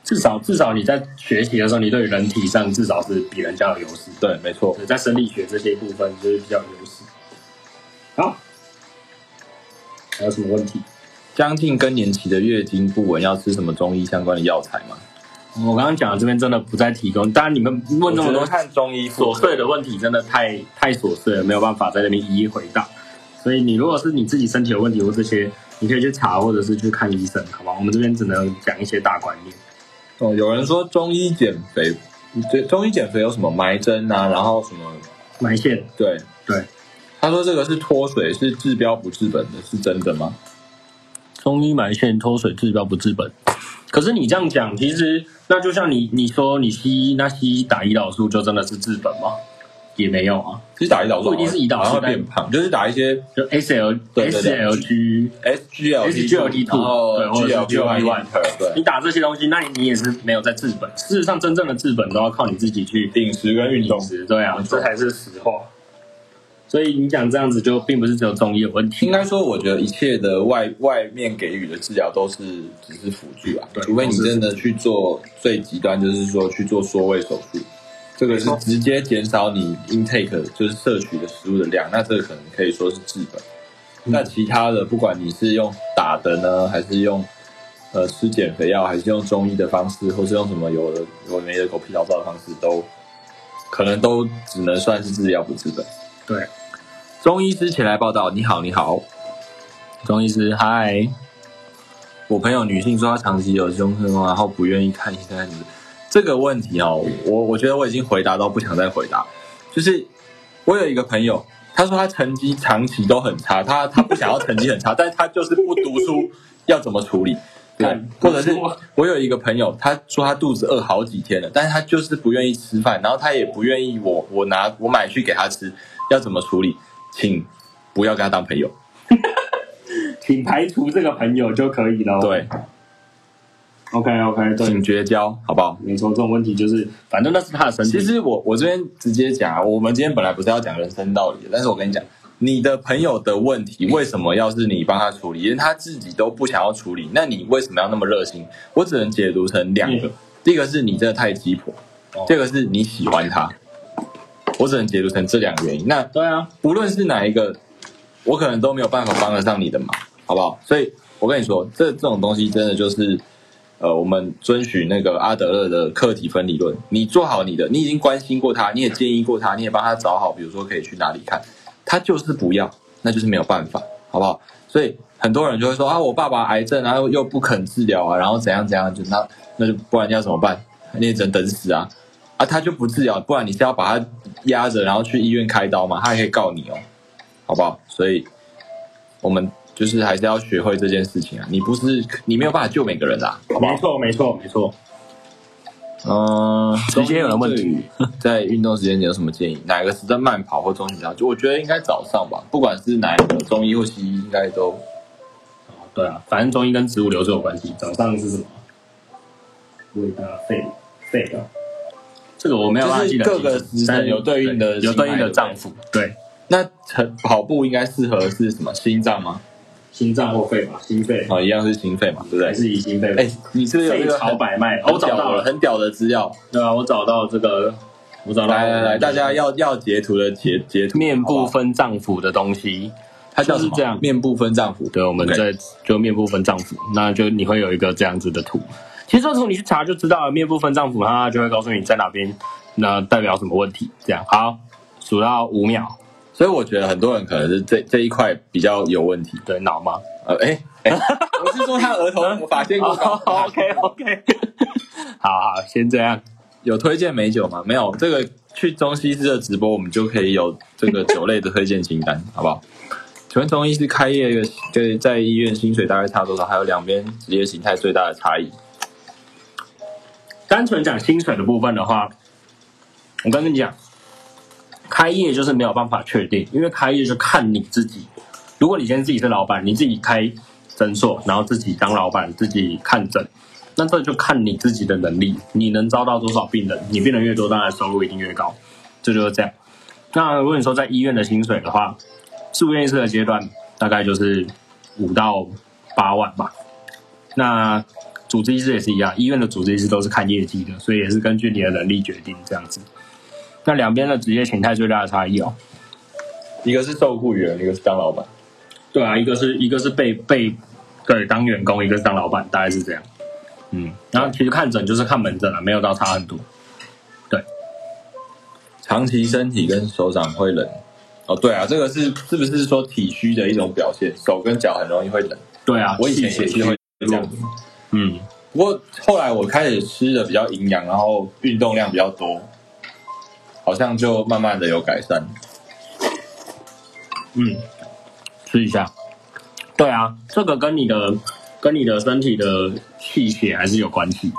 A: 至少至少你在学习的时候，你对于人体上至少是比人家有优势。
B: 对，没错。
A: 在生理学这些部分就是比较有优势。好，还有什么问题？
B: 将近更年期的月经不稳，要吃什么中医相关的药材吗？
A: 我刚刚讲的这边真的不再提供，当然你们问那么多
B: 看中医
A: 琐碎的问题真的太太琐碎了，没有办法在那边一一回答。所以你如果是你自己身体有问题或这些，你可以去查或者是去看医生，好吧？我们这边只能讲一些大观念。
B: 哦，有人说中医减肥，对中医减肥有什么埋针啊，然后什么
A: 埋线
B: 对
A: 对，
B: 他说这个是脱水，是治标不治本的，是真的吗？
A: 中医埋线脱水治标不治本。可是你这样讲，其实那就像你你说你西医，那西医打胰岛素就真的是治本吗？也没有啊，
B: 其实打胰岛素
A: 不一定是胰岛素
B: 然后会
A: 但
B: 变胖，就是打一些
A: 就 S L
B: 对对
A: S
B: 对
A: L G，
B: SGLT
A: SGLT
B: 然后
A: 对或者是
B: GLP-1
A: 你
B: 对，
A: 打这些东西，那你你也是没有在治本。事实上，真正的治本都要靠你自己去
B: 饮食跟运动
A: 饮。食，对啊
B: 没，错
A: 这才是实话。所以你讲这样子，就并不是只有中医有问题
B: 应。该说，我觉得一切的外外面给予的治疗都是只是辅助啊
A: 对，
B: 除非你
A: 都是辅助
B: 真的去做最极端，就是说去做缩胃手术，这个是
A: 没错
B: 直接减少你 intake 就是摄取的食物的量，那这个可能可以说是治本。
A: 嗯
B: 那其他的，不管你是用打的呢，还是用呃吃减肥药，还是用中医的方式，或是用什么有的有的没的狗屁倒灶的方式，都可能都只能算是治疗不治本。
A: 对，
B: 中医师前来报道，你好，你好。
A: 中医师，嗨，
B: 我朋友女性说她长期有胸痛，然后不愿意看医生什么的这个问题哦，我我觉得我已经回答到不想再回答。就是我有一个朋友，他说他成绩长期都很差，他他不想要成绩很差， [LAUGHS] 但是他就是不读书，要怎么处理？对
A: 干，
B: 或者是
A: 不错
B: 我有一个朋友，他说他肚子饿好几天了，但是他就是不愿意吃饭，然后他也不愿意我我拿我买去给他吃，要怎么处理？请不要跟他当朋友。
A: 请排除这个朋友就可以了。
B: 对，
A: ，OK OK，对，
B: 请绝交，好不好？
A: 没错，这种问题就是，反正那是他的身体。
B: 其实我我这边直接讲啊，我们今天本来不是要讲人生道理的，但是我跟你讲，你的朋友的问题为什么要是你帮他处理，连他自己都不想要处理，那你为什么要那么热心？我只能解读成两个，
A: 嗯
B: 第一个是你真的太鸡婆
A: 哦，
B: 第二个是你喜欢他，我只能解读成这两个原因。那
A: 对啊，
B: 无论是哪一个，我可能都没有办法帮得上你的忙，好不好？所以我跟你说，这这种东西真的就是，呃，我们遵循那个阿德勒的课题分理论，你做好你的，你已经关心过他，你也建议过他，你也帮他找好，比如说可以去哪里看，他就是不要，那就是没有办法，好不好？所以很多人就会说啊，我爸爸癌症，然后又不肯治疗啊，然后怎样怎样，就那那就不然要怎么办？你也只能等死啊。啊，他就不治疗，不然你是要把他压着，然后去医院开刀嘛？他还可以告你哦，好不好？所以我们就是还是要学会这件事情啊。你不是你没有办法救每个人的、啊，好不好
A: 没？错没错没错。
B: 嗯、
C: 直接有人问
B: 你在运动时间点有什么建议？哪个时段慢跑或中型长？就我觉得应该早上吧，不管是哪一个中医或西医，应该都
A: 对啊，反正中医跟植物流是有关系。早上是什么？味道肺肺的，这个我没有办法记得
B: 就是各个
A: 清楚
B: 时辰
A: 但是
B: 有对应的
A: 有对应
B: 心脉
A: 的脏腑，对，
B: 那晨跑步应该适合是什么？心脏吗？
A: 心脏或肺嘛，心肺
B: 啊、一样是心肺嘛，对不
A: 还
B: 对？
A: 是以心肺？
B: 哎、你是不是有一
A: 肺
B: 个
A: 朝
B: 很
A: 百脉，哦我
B: 很
A: 找
B: 屌
A: 到
B: 的
A: 了，
B: 很屌的资料？嗯
A: 对啊，我找到这个，我找到
B: 来来来，大家要要截图的截截图，
C: 面
B: 好
C: 部
B: 不好
C: 分脏腑的东西，
B: 它叫什
C: 就是
B: 么？
C: 这样
B: 面部分脏腑。
C: 对，我们
B: OK
C: 在就面部分脏腑，那就你会有一个这样子的图。其实这图你去查就知道了，面部分脏腑它就会告诉你在哪边，那代表什么问题。这样好，数到五秒，
B: 所以我觉得很多人可能是这这一块比较有问题。
C: 对，
A: [LAUGHS]
C: 脑吗
B: 呃，哎、 [LAUGHS] 哎我是说他额头发线过高。
C: ？OK OK，好好，先这样。
B: 有推荐美酒吗？没有，这个去中西师的直播，我们就可以有这个酒类的推荐清单，好不好？请问中医师开业跟在医院薪水大概差多少？还有两边职业形态最大的差异？
A: 单纯讲薪水的部分的话，我刚跟你讲，开业就是没有办法确定，因为开业就看你自己。如果你今天自己是老板，你自己开诊所，然后自己当老板，自己看诊，那这就看你自己的能力，你能招到多少病人，你病人越多，当然收入一定越高，这就是这样。那如果你说在医院的薪水的话，住院医师的阶段大概就是五到八万吧。那主治医师也是一样，医院的主治医师都是看业绩的，所以也是根据你的能力决定这样子。那两边的职业形态最大的差异哦，
B: 一个是受雇于人，一个是当老板。
A: 对啊，一个是一个是被被对当员工，一个是当老板，大概是这样。嗯，然后其实看诊就是看门诊啊，没有到差很多。
B: 长期身体跟手掌会冷。哦，对啊，这个是是不是说体虚的一种表现？手跟脚很容易会冷。
A: 对啊，
B: 我以前
A: 细
B: 也
A: 节
B: 是会这样，
A: 嗯，
B: 不过后来我开始吃的比较营养，然后运动量比较多，好像就慢慢的有改善。
A: 嗯，试一下。对啊，这个跟你的跟你的身体的气血还是有关系。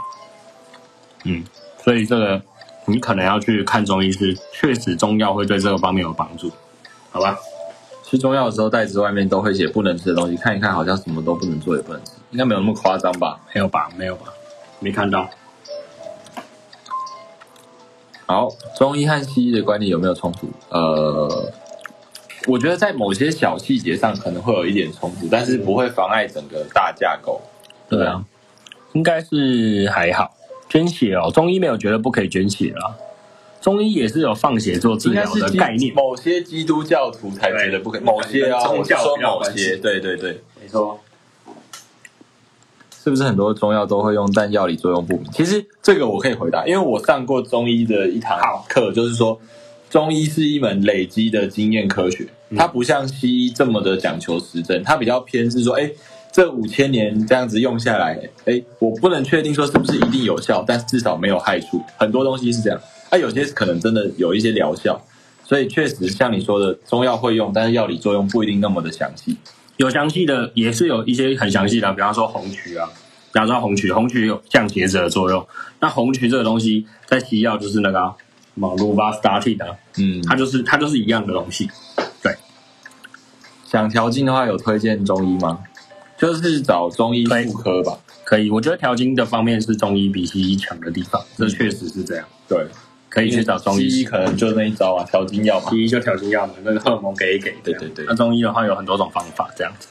A: 嗯，所以这个你可能要去看中医师，确实中药会对这个方面有帮助，好吧？
B: 吃中药的时候，袋子外面都会写不能吃的东西，看一看好像什么都不能做也不能吃，应该没有那么夸张吧？
A: 没有吧？没有吧？没看到。
B: 好，中医和西医的观念有没有冲突？呃，我觉得在某些小细节上可能会有一点冲突，但是不会妨碍整个大架构。
C: 对啊，应该是还好。捐血哦，中医没有觉得不可以捐血啦，中医也是有放血做治
B: 应该
C: 疗
B: 是
C: 的
B: 基
C: 概念。
B: 某些基督教徒才觉得不可以，
A: 对
B: 某些啊，
A: 宗
B: 我是
A: 教
B: 说
A: 比较
B: 某
A: 关系
B: 些，对对对，
A: 没错，
B: 是不是很多中药都会用，但药理作用不明？其实这个我可以回答，因为我上过中医的一堂
A: 好
B: 课，就是说中医是一门累积的经验科学，它不像西医这么的讲求实证，它比较偏是说，哎，这五千年这样子用下来，哎，我不能确定说是不是一定有效，但是至少没有害处，很多东西是这样。啊，有些可能真的有一些疗效，所以确实像你说的，中药会用，但是药理作用不一定那么的详细。
A: 有详细的，也是有一些很详细的，比方说红曲啊，比方说红曲，红曲有降血脂的作用。那红曲这个东西在西药就是那个、啊、什么 r u b a s t a t i n 啊，
B: 嗯，
A: 它就是它就是一样的东西。
B: 想调经的话，有推荐中医吗？就是找中医妇科吧。
A: 可以，我觉得调经的方面是中医比西医强的地方，这确实是这样。
B: 对，
A: 可以去找中
B: 西医
A: 医，
B: 可能就那一招啊，调经药嘛。
A: 西医就调经药嘛，那个荷尔蒙给一给。这
B: 对
A: 样
B: 对对
A: 那中医的话有很多种方法，这样子。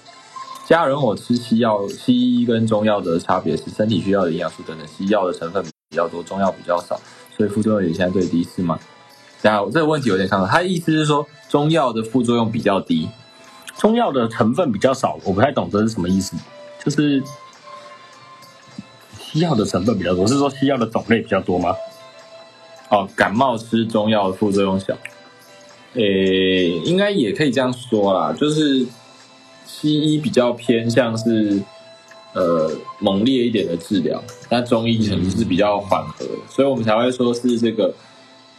B: 家人，我吃西药，西医跟中药的差别是身体需要的营养素等等，西药的成分比较多，中药比较少，所以副作用也相对低，是吗？等一下这个问题有点看到，他意思是说中药的副作用比较低，
A: 中药的成分比较少，我不太懂这是什么意思。就是西药的成分比较多，是说西药的种类比较多吗？
B: 哦，感冒吃中药的副作用小，诶，应该也可以这样说啦，就是西医比较偏向是呃猛烈一点的治疗，那中医可能是比较缓和，所以我们才会说是这个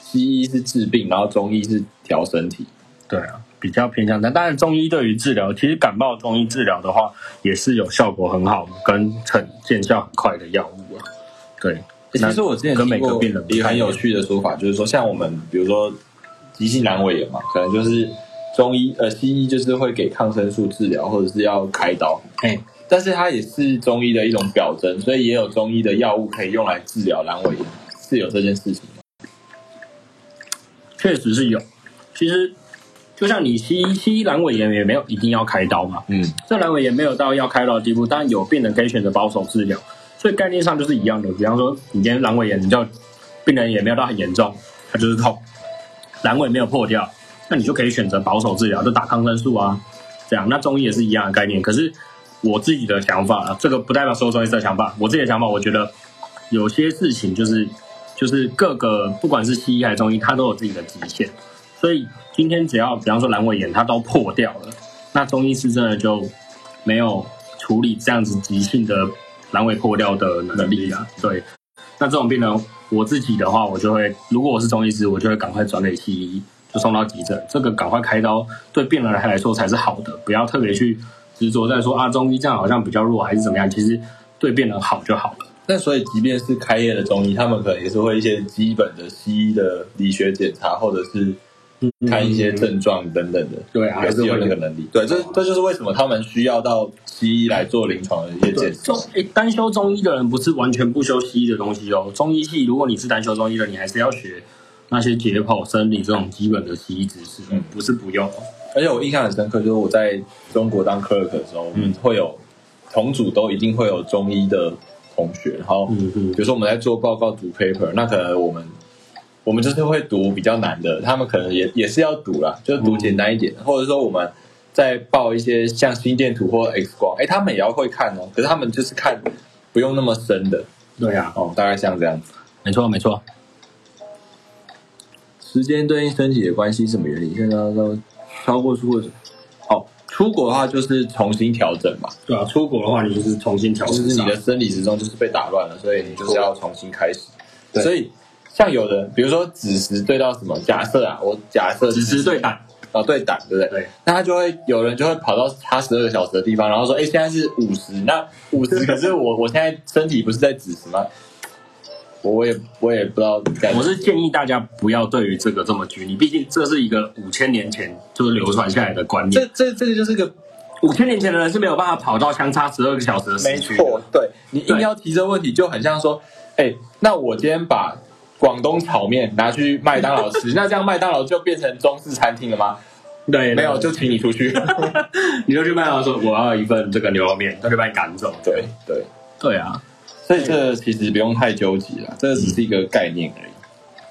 B: 西医是治病，然后中医是调身体。
A: 对啊，比较偏向但当然，中医对于治疗，其实感冒中医治疗的话，也是有效果很好跟成见效很快的药物啊。对，
B: 其实我之前
A: 跟
B: 听
A: 每个
B: 过
A: 病人不
B: 一个
A: 太
B: 很
A: 一样
B: 有趣的说法，就是说像我们比如说急性阑尾炎嘛，可能就是中医呃西医就是会给抗生素治疗，或者是要开刀，
A: 哎，
B: 但是它也是中医的一种表征，所以也有中医的药物可以用来治疗阑尾炎，是有这件事情吗。
A: 确实是有。其实就像你西医西医阑尾炎也没有一定要开刀嘛，
B: 嗯，
A: 这阑尾炎没有到要开刀的地步，但有病人可以选择保守治疗，所以概念上就是一样的。比方说，你今天阑尾炎，你叫病人也没有到很严重，他就是痛，阑尾没有破掉，那你就可以选择保守治疗，就打抗生素啊，这样。那中医也是一样的概念，可是我自己的想法啊，这个不代表所有中医师的想法，我自己的想法，我觉得有些事情就是就是各个不管是西医还是中医，它都有自己的极限，所以今天只要比方说阑尾炎它都破掉了。那中医师真的就没有处理这样子急性的阑尾破掉的能力啊。对，那这种病人，我自己的话，我就会，如果我是中医师，我就会赶快转给西医，就送到急诊。这个赶快开刀，对病人来说才是好的，不要特别去执着在说啊，中医这样好像比较弱还是怎么样。其实对病人好就好了。
B: 那所以即便是开业的中医，他们可能也是会一些基本的西医的理学检查，或者是看一些症状等等的，
A: 嗯对啊
B: 还是有那个能力。对，这这就是为什么他们需要到西医来做临床的一
A: 对，
B: 些检测
A: 中。诶、单修中医的人不是完全不修西医的东西哦。中医系，如果你是单修中医的，你还是要学那些解剖、生理这种基本的西医知识，
B: 嗯
A: 不是不用哦。
B: 而且我印象很深刻，就是我在中国当 clerk 的时候，嗯，会有同组都一定会有中医的同学，然后
A: 嗯嗯
B: 比如说我们在做报告读 paper，那可能我们我们就是会读比较难的，他们可能也也是要读啦，就是读简单一
A: 嗯
B: 点，或者说我们在报一些像心电图或 X 光，哎，他们也要会看哦，可是他们就是看不用那么深的
A: 对啊，
B: 哦，大概像这样子。
A: 没错没错。
B: 时间对应身体的关系是什么原理？现在都超过出国，哦，出国的话就是重新调整嘛。
A: 对啊，出国的话，你就是重新调
B: 就
A: 试
B: 是
A: 上
B: 你的生理时钟就是被打乱了，所以你就是要重新开始。
A: 对
B: 所以像有的，比如说子时对到什么，假设啊，我假设
A: 只是对胆，
B: 啊对胆，对不对？
A: 对。
B: 那他就会有人就会跑到差十二个小时的地方，然后说：“哎，现在是五十，那五十可是我我现在身体不是在子时吗？”我我也我也不知道该
A: 我是建议大家不要对于这个这么拘泥，毕竟这是一个五千年前就是流传下来的观
B: 这
A: 念。
B: 这这个就是个
A: 五千年前的人是没有办法跑到相差十二个小时的
B: 没
A: 时区的。
B: 错，对你硬要提这个问题，就很像说，哎，那我今天把广东炒面拿去麦当劳 [LAUGHS] 吃，那这样麦当劳就变成中式餐厅了吗？
A: 对，
B: 没有，就请你出去。
A: 你就去麦当劳说我要一份这个牛肉面，他就把你赶走。
B: [LAUGHS] 对对，
A: 对啊，
B: 所以这其实不用太纠结了，这只是一个概念而已。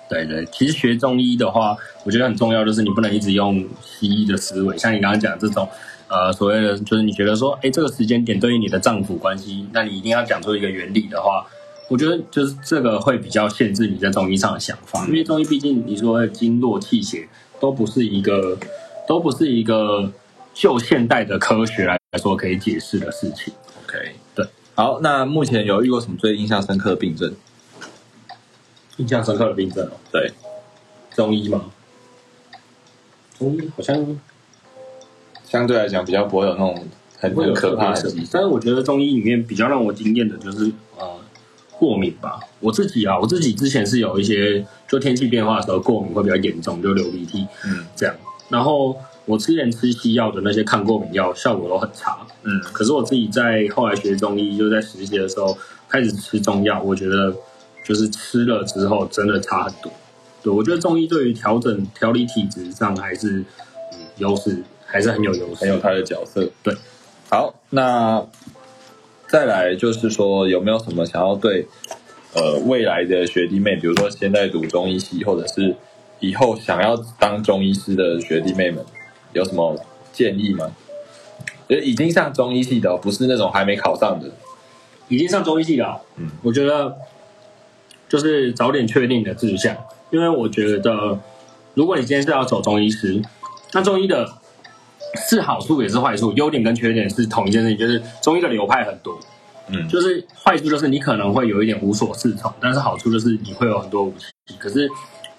A: 对对，其实学中医的话，我觉得很重要，就是你不能一直用西医的思维，像你刚刚讲这种，呃，所谓的就是你觉得说，哎，这个时间点对应你的脏腑关系，那你一定要讲出一个原理的话，我觉得就是这个会比较限制你在中医上的想法，因为中医毕竟你说的经络气血都不是一个，都不是一个就现代的科学来来说可以解释的事情。
B: OK，
A: 对。
B: 好，那目前有遇过什么最印象深刻的病症？
A: 印象深刻的病症哦，
B: 对，
A: 中医吗？嗯，好像
B: 相对来讲比较不会有那种很
A: 会有
B: 很可怕
A: 特
B: 的
A: 别
B: 疾
A: 但是我觉得中医里面比较让我惊艳的就是呃过敏吧。我自己啊，我自己之前是有一些就天气变化的时候过敏会比较严重，就流鼻涕
B: 嗯
A: 这样。然后我之前吃西药的那些抗过敏药效果都很差，
B: 嗯
A: 可是我自己在后来学中医，就在实习的时候开始吃中药，我觉得就是吃了之后真的差很多。对我觉得中医对于调整调理体质上还是嗯优势，还是很有优势。
B: 很有他的角色。
A: 对，
B: 好，那再来就是说，有没有什么想要对呃未来的学弟妹，比如说现在读中医系，或者是以后想要当中医师的学弟妹们，有什么建议吗？就是已经上中医系的哦，不是那种还没考上的。
A: 已经上中医系了，
B: 嗯，
A: 我觉得就是早点确定你的志向，因为我觉得如果你今天是要走中医师，那中医的是好处也是坏处，优点跟缺点是同一件事情，就是中医的流派很多，
B: 嗯
A: 就是坏处就是你可能会有一点无所适从，但是好处就是你会有很多武器。可是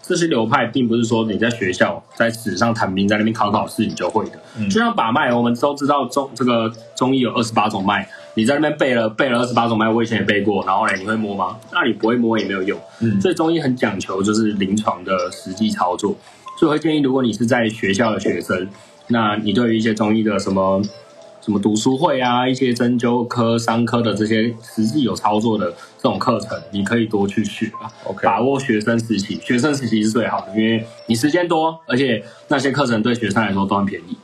A: 这些流派并不是说你在学校在纸上谈兵，在那边考考试你就会的。
B: 嗯
A: 就像把脉，我们都知道中这个中医有二十八种脉，你在那边背了背了二十八种脉，我以前也背过，然后嘞你会摸吗？那你不会摸也没有用。
B: 嗯
A: 所以中医很讲求就是临床的实际操作，所以我会建议，如果你是在学校的学生，那你对于一些中医的什么什么读书会啊，一些针灸科、伤科的这些实际有操作的这种课程，你可以多去学啊。
B: OK，
A: 把握学生时期，学生时期是最好的，因为你时间多，而且那些课程对学生来说都很便宜。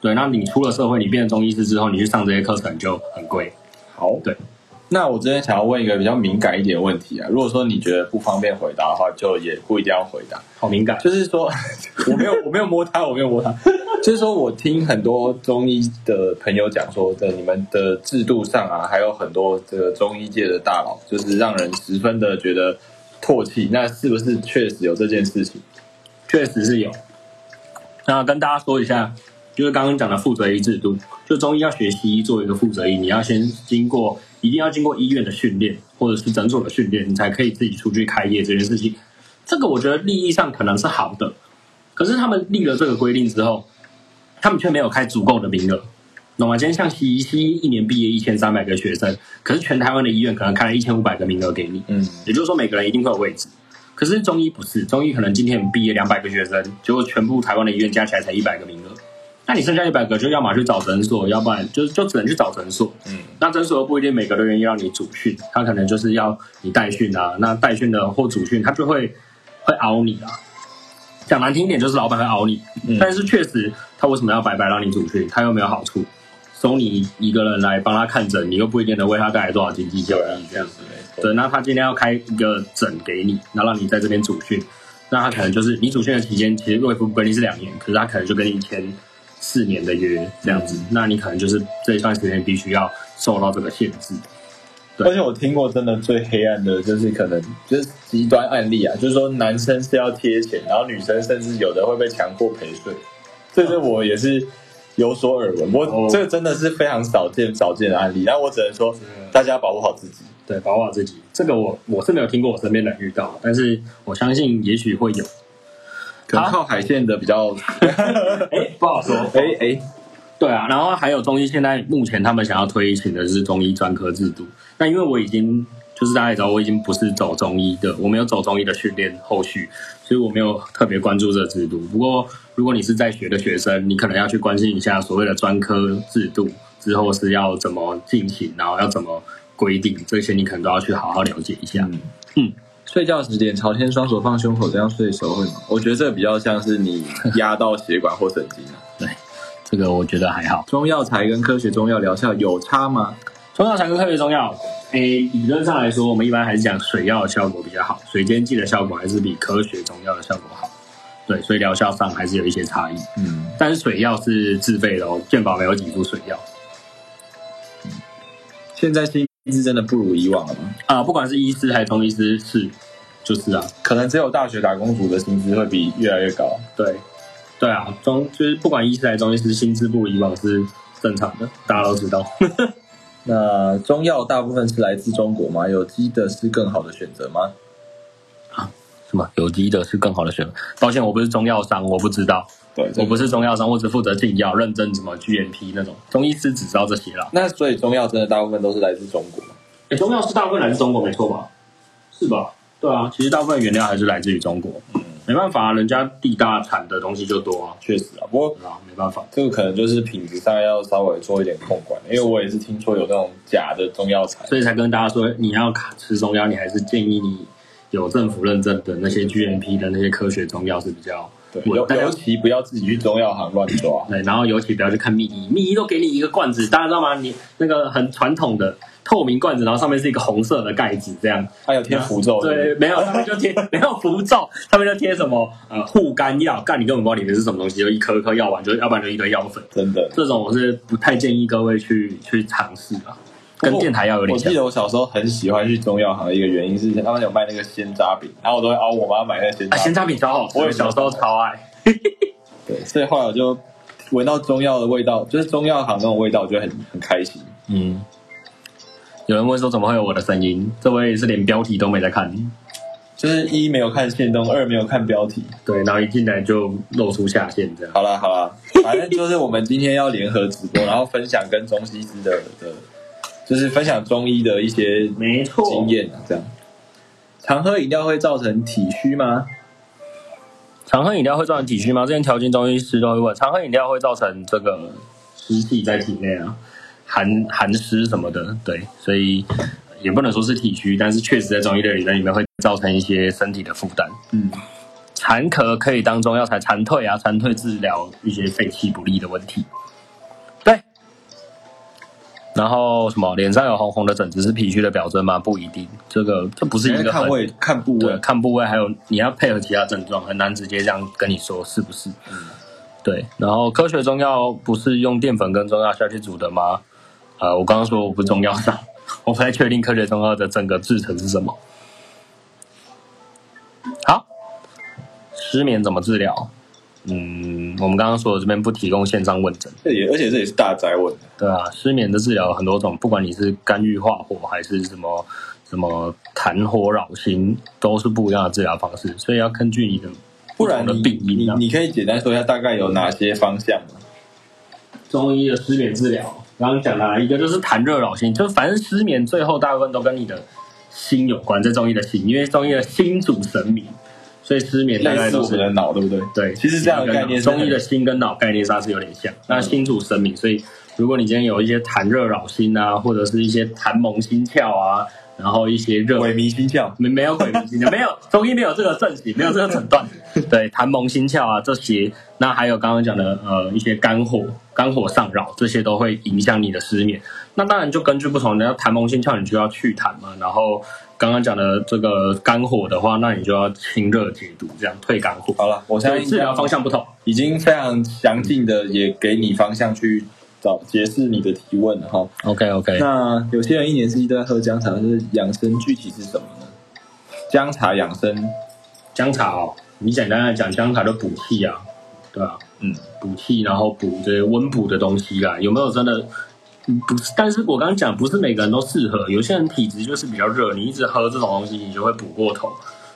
A: 对，那你出了社会，你变成中医师之后，你去上这些课程就很贵。
B: 好，
A: 对。
B: 那我这边想要问一个比较敏感一点的问题啊，如果说你觉得不方便回答的话，就也不一定要回答。
A: 好敏感，
B: 就是说， [LAUGHS] 我没有我没有摸它，我没有摸它。就是说我听很多中医的朋友讲说，在你们的制度上啊，还有很多这个中医界的大佬，就是让人十分的觉得唾弃。那是不是确实有这件事情？
A: 确实是有。那跟大家说一下，就是刚刚讲的负责医制度，就中医要学西医做一个负责医，你要先经过，一定要经过医院的训练或者是诊所的训练，你才可以自己出去开业这件事情。这个我觉得利益上可能是好的，可是他们立了这个规定之后，他们却没有开足够的名额，懂吗？今天像西医，西医一年毕业一千三百个学生，可是全台湾的医院可能开了一千五百个名额给你，
B: 嗯
A: 也就是说每个人一定会有位置。可是中医不是，中医可能今天毕业两百个学生，结果全部台湾的医院加起来才一百个名额，那你剩下一百个就要么去找诊所，要不然就就只能去找诊所。
B: 嗯，
A: 那诊所又不一定每个都愿意让你主训，他可能就是要你代训啊。那代训的或主训，他就会会熬你啊。讲难听点，就是老板会熬你。
B: 嗯
A: 但是确实，他为什么要白白让你主训？他又没有好处，收你一个人来帮他看诊，你又不一定能为他带来多少经济效益。这样子。
B: 没错。
A: 对，那他今天要开一个诊给你，然后让你在这边主训，那他可能就是你主训的期间，其实卫福部规定是两年，可是他可能就跟你签四年的约这样子，那你可能就是这一段时间必须要受到这个限制。对
B: 而且我听过真的最黑暗的，就是可能就是极端案例啊，就是说男生是要贴钱，然后女生甚至有的会被强迫陪睡，这是我也是有所耳闻。我、
A: 哦
B: 这个真的是非常少见少见的案例，然后我只能说大家保护好自己。
A: 对，保护好自己，这个我我是没有听过我身边的人遇到，但是我相信也许会有。
B: 可能靠海线的比 [LAUGHS] 较，
A: 哎，不好说。
B: 哎哎，
A: 对啊，然后还有中医，现在目前他们想要推行的是中医专科制度。那因为我已经就是大家也知道，我已经不是走中医的，我没有走中医的训练后续，所以我没有特别关注这个制度。不过如果你是在学的学生，你可能要去关心一下所谓的专科制度之后是要怎么进行，然后要怎么规定，这些你可能都要去好好了解一下。
B: 嗯嗯，睡觉时点朝天，双手放胸口，这样睡熟会吗？我觉得这比较像是你压到血管或神经啊。
A: 这个我觉得还好。
B: 中药材跟科学中药疗效有差吗？
A: 中药材跟科学中药，诶，理论上来说，我们一般还是讲水药的效果比较好，水煎剂的效果还是比科学中药的效果好。对，所以疗效上还是有一些差异。
B: 嗯，
A: 但是水药是自费的哦，健保没有给付水药。
B: 现在薪资真的不如以往了吗？
A: 啊、不管是医师还是中医师，是就是啊，
B: 可能只有大学打工族的薪资会比越来越高。
A: 对，对啊，中就是不管医师还是中医师，薪资不如以往是正常的，大家都知道。
B: 那中药大部分是来自中国吗？有机的是更好的选择吗？
A: 什么有机的是更好的选择？抱歉，我不是中药商，我不知道。
B: 对，
A: 我不是中药商，我只负责进药、认证什么 GMP 那种。中医师只知道这些啦。
B: 那所以中药真的大部分都是来自中国嘛？
A: 诶欸中药是大部分来自中国，没错吧？是吧？对啊，其实大部分原料还是来自于中国。嗯，没办法、啊，人家地大产的东西就多啊，
B: 确实啊，不过
A: 对啊，没办法。
B: 这个可能就是品质上要稍微做一点控管，因为我也是听说有那种假的中药材，
A: 所以才跟大家说，你要吃中药，你还是建议你有政府认证的那些 GMP 的那些科学中药是比较
B: 对，
A: 稳
B: 尤
A: 当然
B: 尤其不要自己去中药行乱抓。
A: 对，然后尤其不要去看秘医，秘医都给你一个罐子，大家知道吗？你那个很传统的透明罐子，然后上面是一个红色的盖子，这样。
B: 还有贴符咒，
A: 对，没有，他们就贴没有符咒，他们就贴什么呃护肝药，干你根本不知道里面是什么东西，就一颗一颗药丸，就要不然就一堆药粉。
B: 真的。
A: 这种我是不太建议各位去去尝试啊，跟电台药有
B: 我
A: 点像
B: 记。得我小时候很喜欢去中药行的一个原因是，他们有卖那个鲜扎饼，然后我都会熬我妈买那个鲜
A: 啊，
B: 扎饼
A: 鲜。榨饼超好吃，
B: 我
A: 我
B: 也
A: 小时候超爱。
B: 对，所以后来我就闻到中药的味道，就是中药行那种味道，我就很很开心。
A: 嗯，有人问说怎么会有我的声音？这位是连标题都没在看，
B: 就是一没有看线动，二没有看标题。
A: 对，然后一进来就露出下线这样。
B: 好啦好啦，反正就是我们今天要联合直播，然后分享跟中西医的的，就是分享中医的一些
A: 没错
B: 经验啊，这样。常喝饮料会造成体虚吗？
A: 常喝饮料会造成体虚吗？之前调经中医师都会问，常喝饮料会造成这个湿气在体内啊，寒寒湿什么的，对，所以也不能说是体虚，但是确实在中医的理论里面会造成一些身体的负担。
B: 嗯，
A: 蝉壳可以当中药材蝉蜕啊，蝉蜕治疗一些肺气不利的问题。对，然后什么脸上有红红的疹子是脾虚的表征吗？不一定，这个这不是一个
B: 看
A: 很
B: 位看部
A: 对
B: 位，
A: 看部位，还有你要配合其他症状，很难直接这样跟你说是不是。
B: 嗯
A: 对，然后科学中药不是用淀粉跟中药下去煮的吗？呃，我刚刚说我不是中药商， [LAUGHS] 我不太确定科学中药的整个制成是什么。好，失眠怎么治疗？嗯，我们刚刚说的这边不提供线上问诊。
B: 这也而且这也是大宅问，
A: 对啊，失眠的治疗有很多种，不管你是干预化火还是什么什么痰火扰心，都是不一样的治疗方式，所以要根据你的
B: 不然
A: 同
B: 你
A: 的病
B: 你
A: 因啊。
B: 你可以简单说一下大概有哪些方向吗？
A: 中医的失眠治疗，刚刚讲啊了一个就是痰热扰心，就是反正失眠最后大部分都跟你的心有关，在中医的心，因为中医的心主神明，所以失眠大
B: 类
A: 概
B: 似
A: 都
B: 我
A: 是
B: 们的脑，对不对？
A: 对，
B: 其实这样的概念是
A: 中医的心跟脑概念上是有点像。那心主神明，所以如果你今天有一些痰热扰心啊，或者是一些痰蒙心窍啊，然后一些热
B: 萎靡心窍，
A: 没没有鬼迷心窍，没有中医没有这个症型，没有这个诊断。
B: [LAUGHS]
A: 对，痰蒙心窍啊这些，那还有刚刚讲的呃一些肝火、肝火上扰，这些都会影响你的失眠。那当然就根据不同的，要痰蒙心窍你就要去痰嘛，然后刚刚讲的这个肝火的话，那你就要清热解毒，这样退肝火。
B: 好了，我相
A: 所以
B: 信
A: 治疗方向不同。
B: 已经非常详尽的也给你方向去找解释你的提问了哈。
A: OK OK，
B: 那有些人一年四季都在喝姜茶，就是养生具体是什么呢？姜茶养生，
A: 姜茶哦，你简单来讲，姜茶就补气啊，对啊，
B: 嗯，
A: 补气，然后补这些温补的东西啦。有没有真的？嗯不是，但是我刚刚讲，不是每个人都适合。有些人体质就是比较热，你一直喝这种东西，你就会补过头，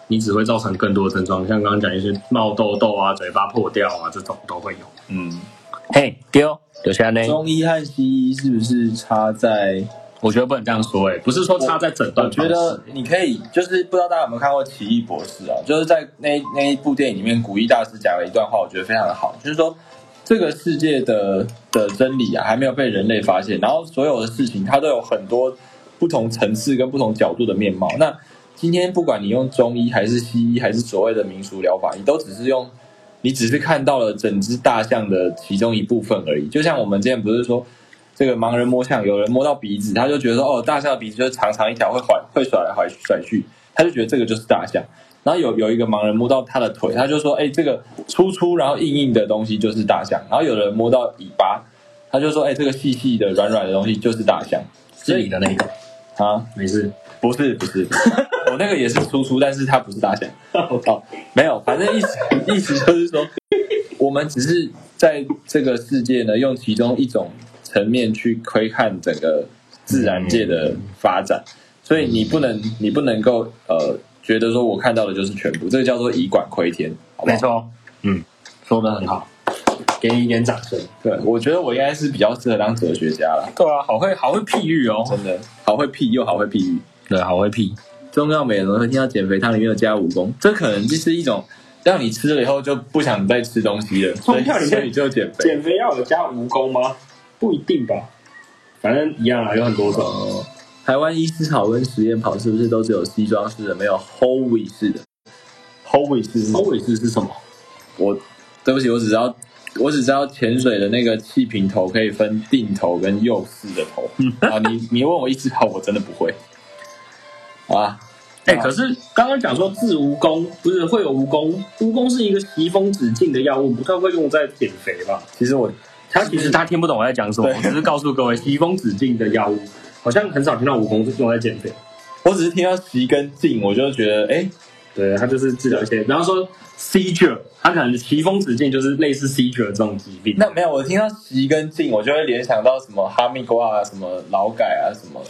A: 你只会造成更多的症状，像刚刚讲一些冒痘痘啊、嘴巴破掉啊这种都会有。
B: 嗯，
A: 嘿，丢，留下呢
B: 中医和西医是不是差在？
A: 我觉得不能这样说、欸，哎，不是说差在诊断
B: 我
A: 方式，
B: 觉得你可以，就是不知道大家有没有看过《奇异博士》啊？就是在那那一部电影里面，古一大师讲了一段话，我觉得非常的好，就是说这个世界的的真理啊，还没有被人类发现，然后所有的事情它都有很多不同层次跟不同角度的面貌。那今天不管你用中医还是西医，还是所谓的民俗疗法，你都只是用。你只是看到了整只大象的其中一部分而已，就像我们之前不是说，这个盲人摸象，有人摸到鼻子，他就觉得说哦，大象的鼻子就是长长一条，会甩会甩来甩去甩去，他就觉得这个就是大象。然后有有一个盲人摸到他的腿，他就说，哎，这个粗粗然后硬硬的东西就是大象。然后有人摸到尾巴，他就说，哎，这个细细的软软的东西就是大象
A: 是你的那个，
B: 啊。
A: 没事。
B: 不是不是，我那个也是输出，但是它不是大象。哦，没有，反正意思意思就是说，我们只是在这个世界呢，用其中一种层面去窥看整个自然界的发展，所以你不能你不能够呃觉得说我看到的就是全部，这个叫做以管窥天，好不好？
A: 错，嗯，说的很好。
C: 给你一点掌声。
B: 对，我觉得我应该是比较适合当哲学家了，
A: 对啊，好会好会譬喻哦，
B: 真的，好会屁又好会譬喻。
A: 对，好会譬。
B: 中药美容会听到减肥汤里面有加蜈蚣，这可能就是一种让你吃了以后就不想再吃东西
C: [LAUGHS]
B: 了，所以
C: 中药里面
B: 所以就减肥。
C: 减肥药有加蜈蚣吗？不一定吧，反正一样啦，啊有很多种。
B: 哦，台湾医师跑跟实验跑是不是都只有西装式的，没有 Hoey 式的？Hoey 式是什么
C: 猫尾狮是什么？
B: 我对不起，我只知道我只知道潜水的那个气瓶头可以分定头跟右式的头。
C: 嗯
B: 啊，你你问我一只跑，我真的不会。好啊，
A: 哎、可是刚刚讲说治蜈蚣，不是会有蜈蚣？蜈蚣是一个疾风止境的药物，不太会用在减肥吧？
B: 其实我
A: 他其实他听不懂我在讲什么，我只是告诉各位，疾风止境的药物好像很少听到蜈蚣是用在减肥。
B: 我只是听到齐跟进，我就觉得哎、
A: 对，它就是治疗一些，然后说 seizure，它可能疾风止境就是类似 seizure 这种疾病。
B: 那没有，我听到齐跟进，我就会联想到什么哈密瓜啊，什么劳改啊，什么。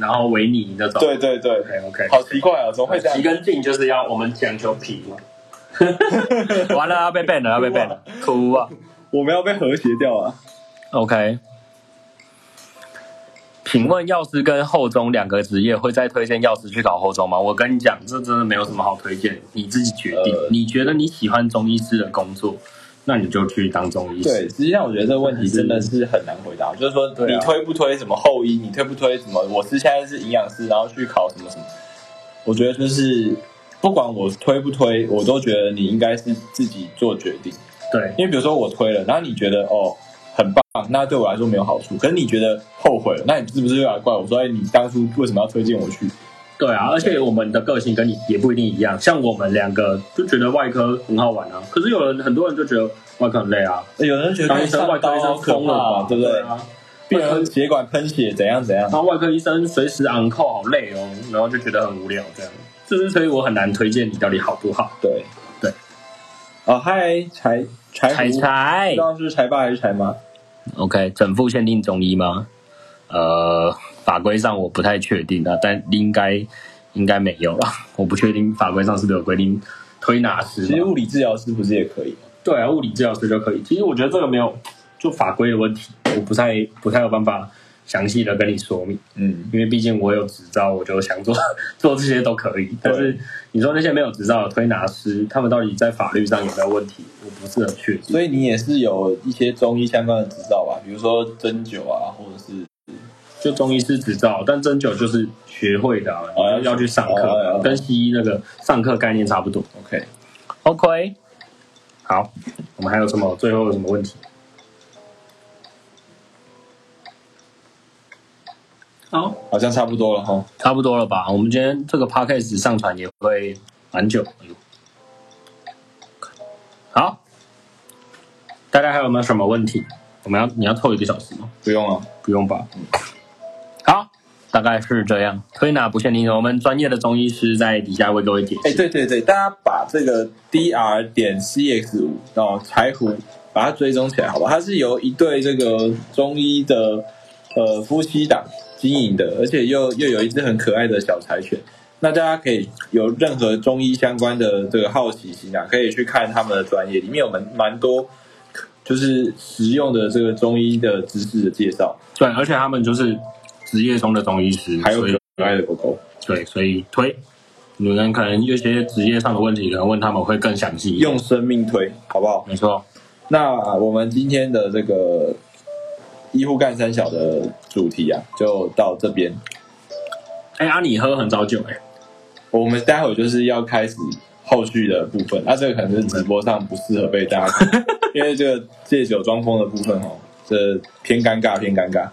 A: 然后维尼那种，
B: 对对对，
A: ，OK OK，
B: 好奇怪哦，怎么会这样
C: 皮？跟劲就是要我们讲求平嘛。
A: [LAUGHS] 完了要被 ban 了，要被 ban 了，哭啊
B: 我们要被和谐掉啊！
A: ！OK，请问药师跟后中两个职业会再推荐药师去考后中吗？我跟你讲，这真的没有什么好推荐，你自己决定。
B: 呃
A: 你觉得你喜欢中医师的工作，那你就去当中医师。
B: 对，实际上我觉得这个问题真的是很难回答。就是说，
A: 对啊
B: 你推不推什么后医，你推不推什么？我是现在是营养师，然后去考什么什么？我觉得就是不管我推不推，我都觉得你应该是自己做决定。
A: 对
B: 因为比如说我推了，然后你觉得哦很棒，那对我来说没有好处，可是你觉得后悔了，那你是不是又来怪我说，哎，你当初为什么要推荐我去？
A: 对啊，而且我们的个性跟你也不一定一样。像我们两个就觉得外科很好玩啊，可是有人很多人就觉得外科很累啊，
B: 哎有哎人觉
A: 当医
B: 得
A: 生
B: 上
A: 外科医
B: 刀
A: 生疯了吧，
B: 对不对？
A: 啊，
B: 病人血管喷血怎样怎样？
A: 然后外科医生随时昂扣，好累哦，然后就觉得很无聊这样。就是所以我很难推荐你到底好不好。
B: 对
A: 对。
B: 哦，嗨，柴柴
A: 柴
B: 胡
A: 柴
B: 不知道是柴爸还是柴妈。
A: ，OK，整副限定中医吗？呃，法规上我不太确定啊，但应该应该没有啦， [LAUGHS] 我不确定法规上是不是有规定推拿师
B: 其实
A: 嘛。
B: 物理治疗师不是也可以吗？
A: 对啊，物理治疗师就可以。其实我觉得这个没有就法规的问题，我不太不太有办法详细的跟你说明。
B: 嗯，
A: 因为毕竟我有执照，我就想做 [LAUGHS] 做这些都可以。但是你说那些没有执照的推拿师，他们到底在法律上有没有问题？我不是很确定。
B: 所以你也是有一些中医相关的执照吧，比如说针灸啊，或者是
A: 就中医师执照，但针灸就是学会的、啊，
B: 哦
A: 你要去上课
B: 哦哦
A: 的，
B: 哦
A: 跟西医那个上课概念差不多。
B: OK。
A: OK，好，我们还有什么？最后有什么问题？好，
B: 好像差不多了哈。
A: 差不多了吧？我们今天这个 podcast 上传也会蛮久。好，大家还有没有什么问题？我们要你要凑一个小时吗？
B: 不用了，
A: 不用吧。好，大概是这样。推拿不限定，我们专业的中医师在底下为各位解
B: 哎、
A: 释。
B: 对对对，大家把这个 DR 点 CX 五哦柴胡把它追踪起来，好吧？它是由一对这个中医的呃夫妻档经营的，而且又又有一只很可爱的小柴犬。那大家可以有任何中医相关的这个好奇心啊，可以去看他们的专业，里面有蛮蛮多就是实用的这个中医的知识的介绍，
A: 对，而且他们就是职业中的中医师，
B: 还有
A: 所以
B: 可爱的狗狗。
A: 对，所以推。你们可能有些职业上的问题，可能问他们会更详细一点。
B: 用生命推，好不好？
A: 没错，
B: 那我们今天的这个医护干三小的主题啊，就到这边。
A: 哎、阿你喝很早酒哎、
B: 我们待会就是要开始后续的部分，那、这个可能是直播上不适合被大家看，因为这个借酒装疯的部分哦，这偏尴尬，偏尴尬。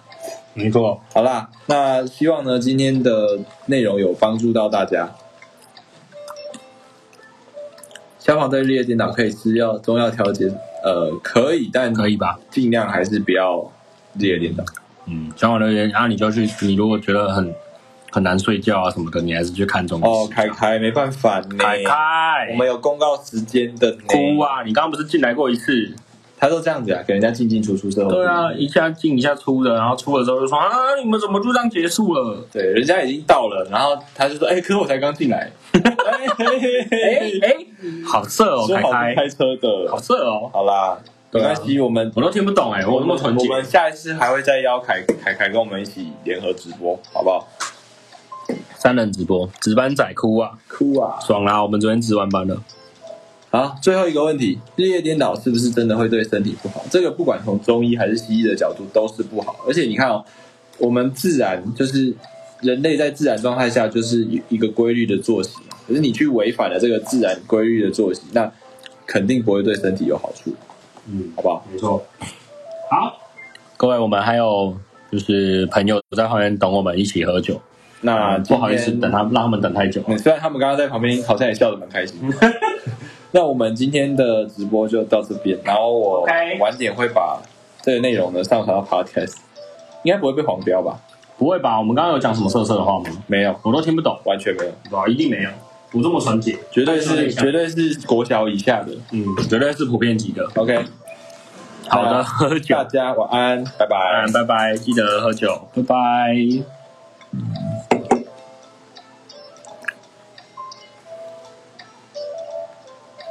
A: 没错，
B: 好啦，那希望呢今天的内容有帮助到大家。消防队烈电脑可以吃药中药调节，呃，可以，但
A: 可以吧？
B: 尽量还是不要烈电脑。
A: 嗯，小网留言，阿、啊、你就去，你如果觉得很很难睡觉啊什么的，你还是去看中医师
B: 哦，凯凯没办法呢，
A: 凯凯，
B: 我们有公告时间的呢
A: 哎哭啊！你刚刚不是进来过一次？
B: 他都这样子啊，给人家进进出出社会。
A: 对啊，，一下进一下出的，然后出了之后就说啊，你们怎么就这样结束了？
B: 对，人家已经到了，然后他就说，哎、可是我才刚进来，哎嘿嘿
A: 哎 [LAUGHS]
B: 嘿
A: 哎，好色哦，
B: [LAUGHS] 说
A: 凯
B: 好不
A: 凯，
B: 开车
A: 好
B: 的，
A: 色哦。
B: 好啦，没
A: 对啊
B: 关系，我们
C: 我都听不懂哎、我那么
B: 我
C: 纯洁
B: 们，我们下一次还会再邀凯凯凯跟我们一起联合直播，好不好？
C: 三人直播，值班仔哭啊，
B: 哭啊！
C: 爽啦！我们昨天值完班了，
B: 好，最后一个问题，日夜颠倒是不是真的会对身体不好？这个不管从中医还是西医的角度都是不好。而且你看哦，我们自然就是人类在自然状态下就是一一个规律的作息嘛，可是你去违反了这个自然规律的作息，那肯定不会对身体有好处，
A: 嗯，
B: 好不好？
A: 没错。好，
C: 各位，我们还有就是朋友在旁边等我们一起喝酒，啊
B: 那
C: 不好意思
B: 今天
C: 等他让他们等太久了。
B: 嗯，虽然他们刚刚在旁边好像也笑得蛮开心。 [LAUGHS] 那我们今天的直播就到这边，然后我
A: OK
B: 晚点会把这个内容呢上传到 Podcast，应该不会被黄标吧？
C: 不会吧？我们刚刚有讲什么色色的话吗？
B: 没有，
C: 我都听不懂，
B: 完全没有，
C: 哇，一定没有，我这么纯洁，
B: 绝对
C: 但
B: 是
C: 一下
B: 绝对是国小以下的。
C: 嗯，绝对是普遍级的。
B: OK，
C: 好
B: 那
C: 的，喝酒
B: 大，家晚安，拜拜
C: 嗯，拜拜，记得喝酒，拜拜。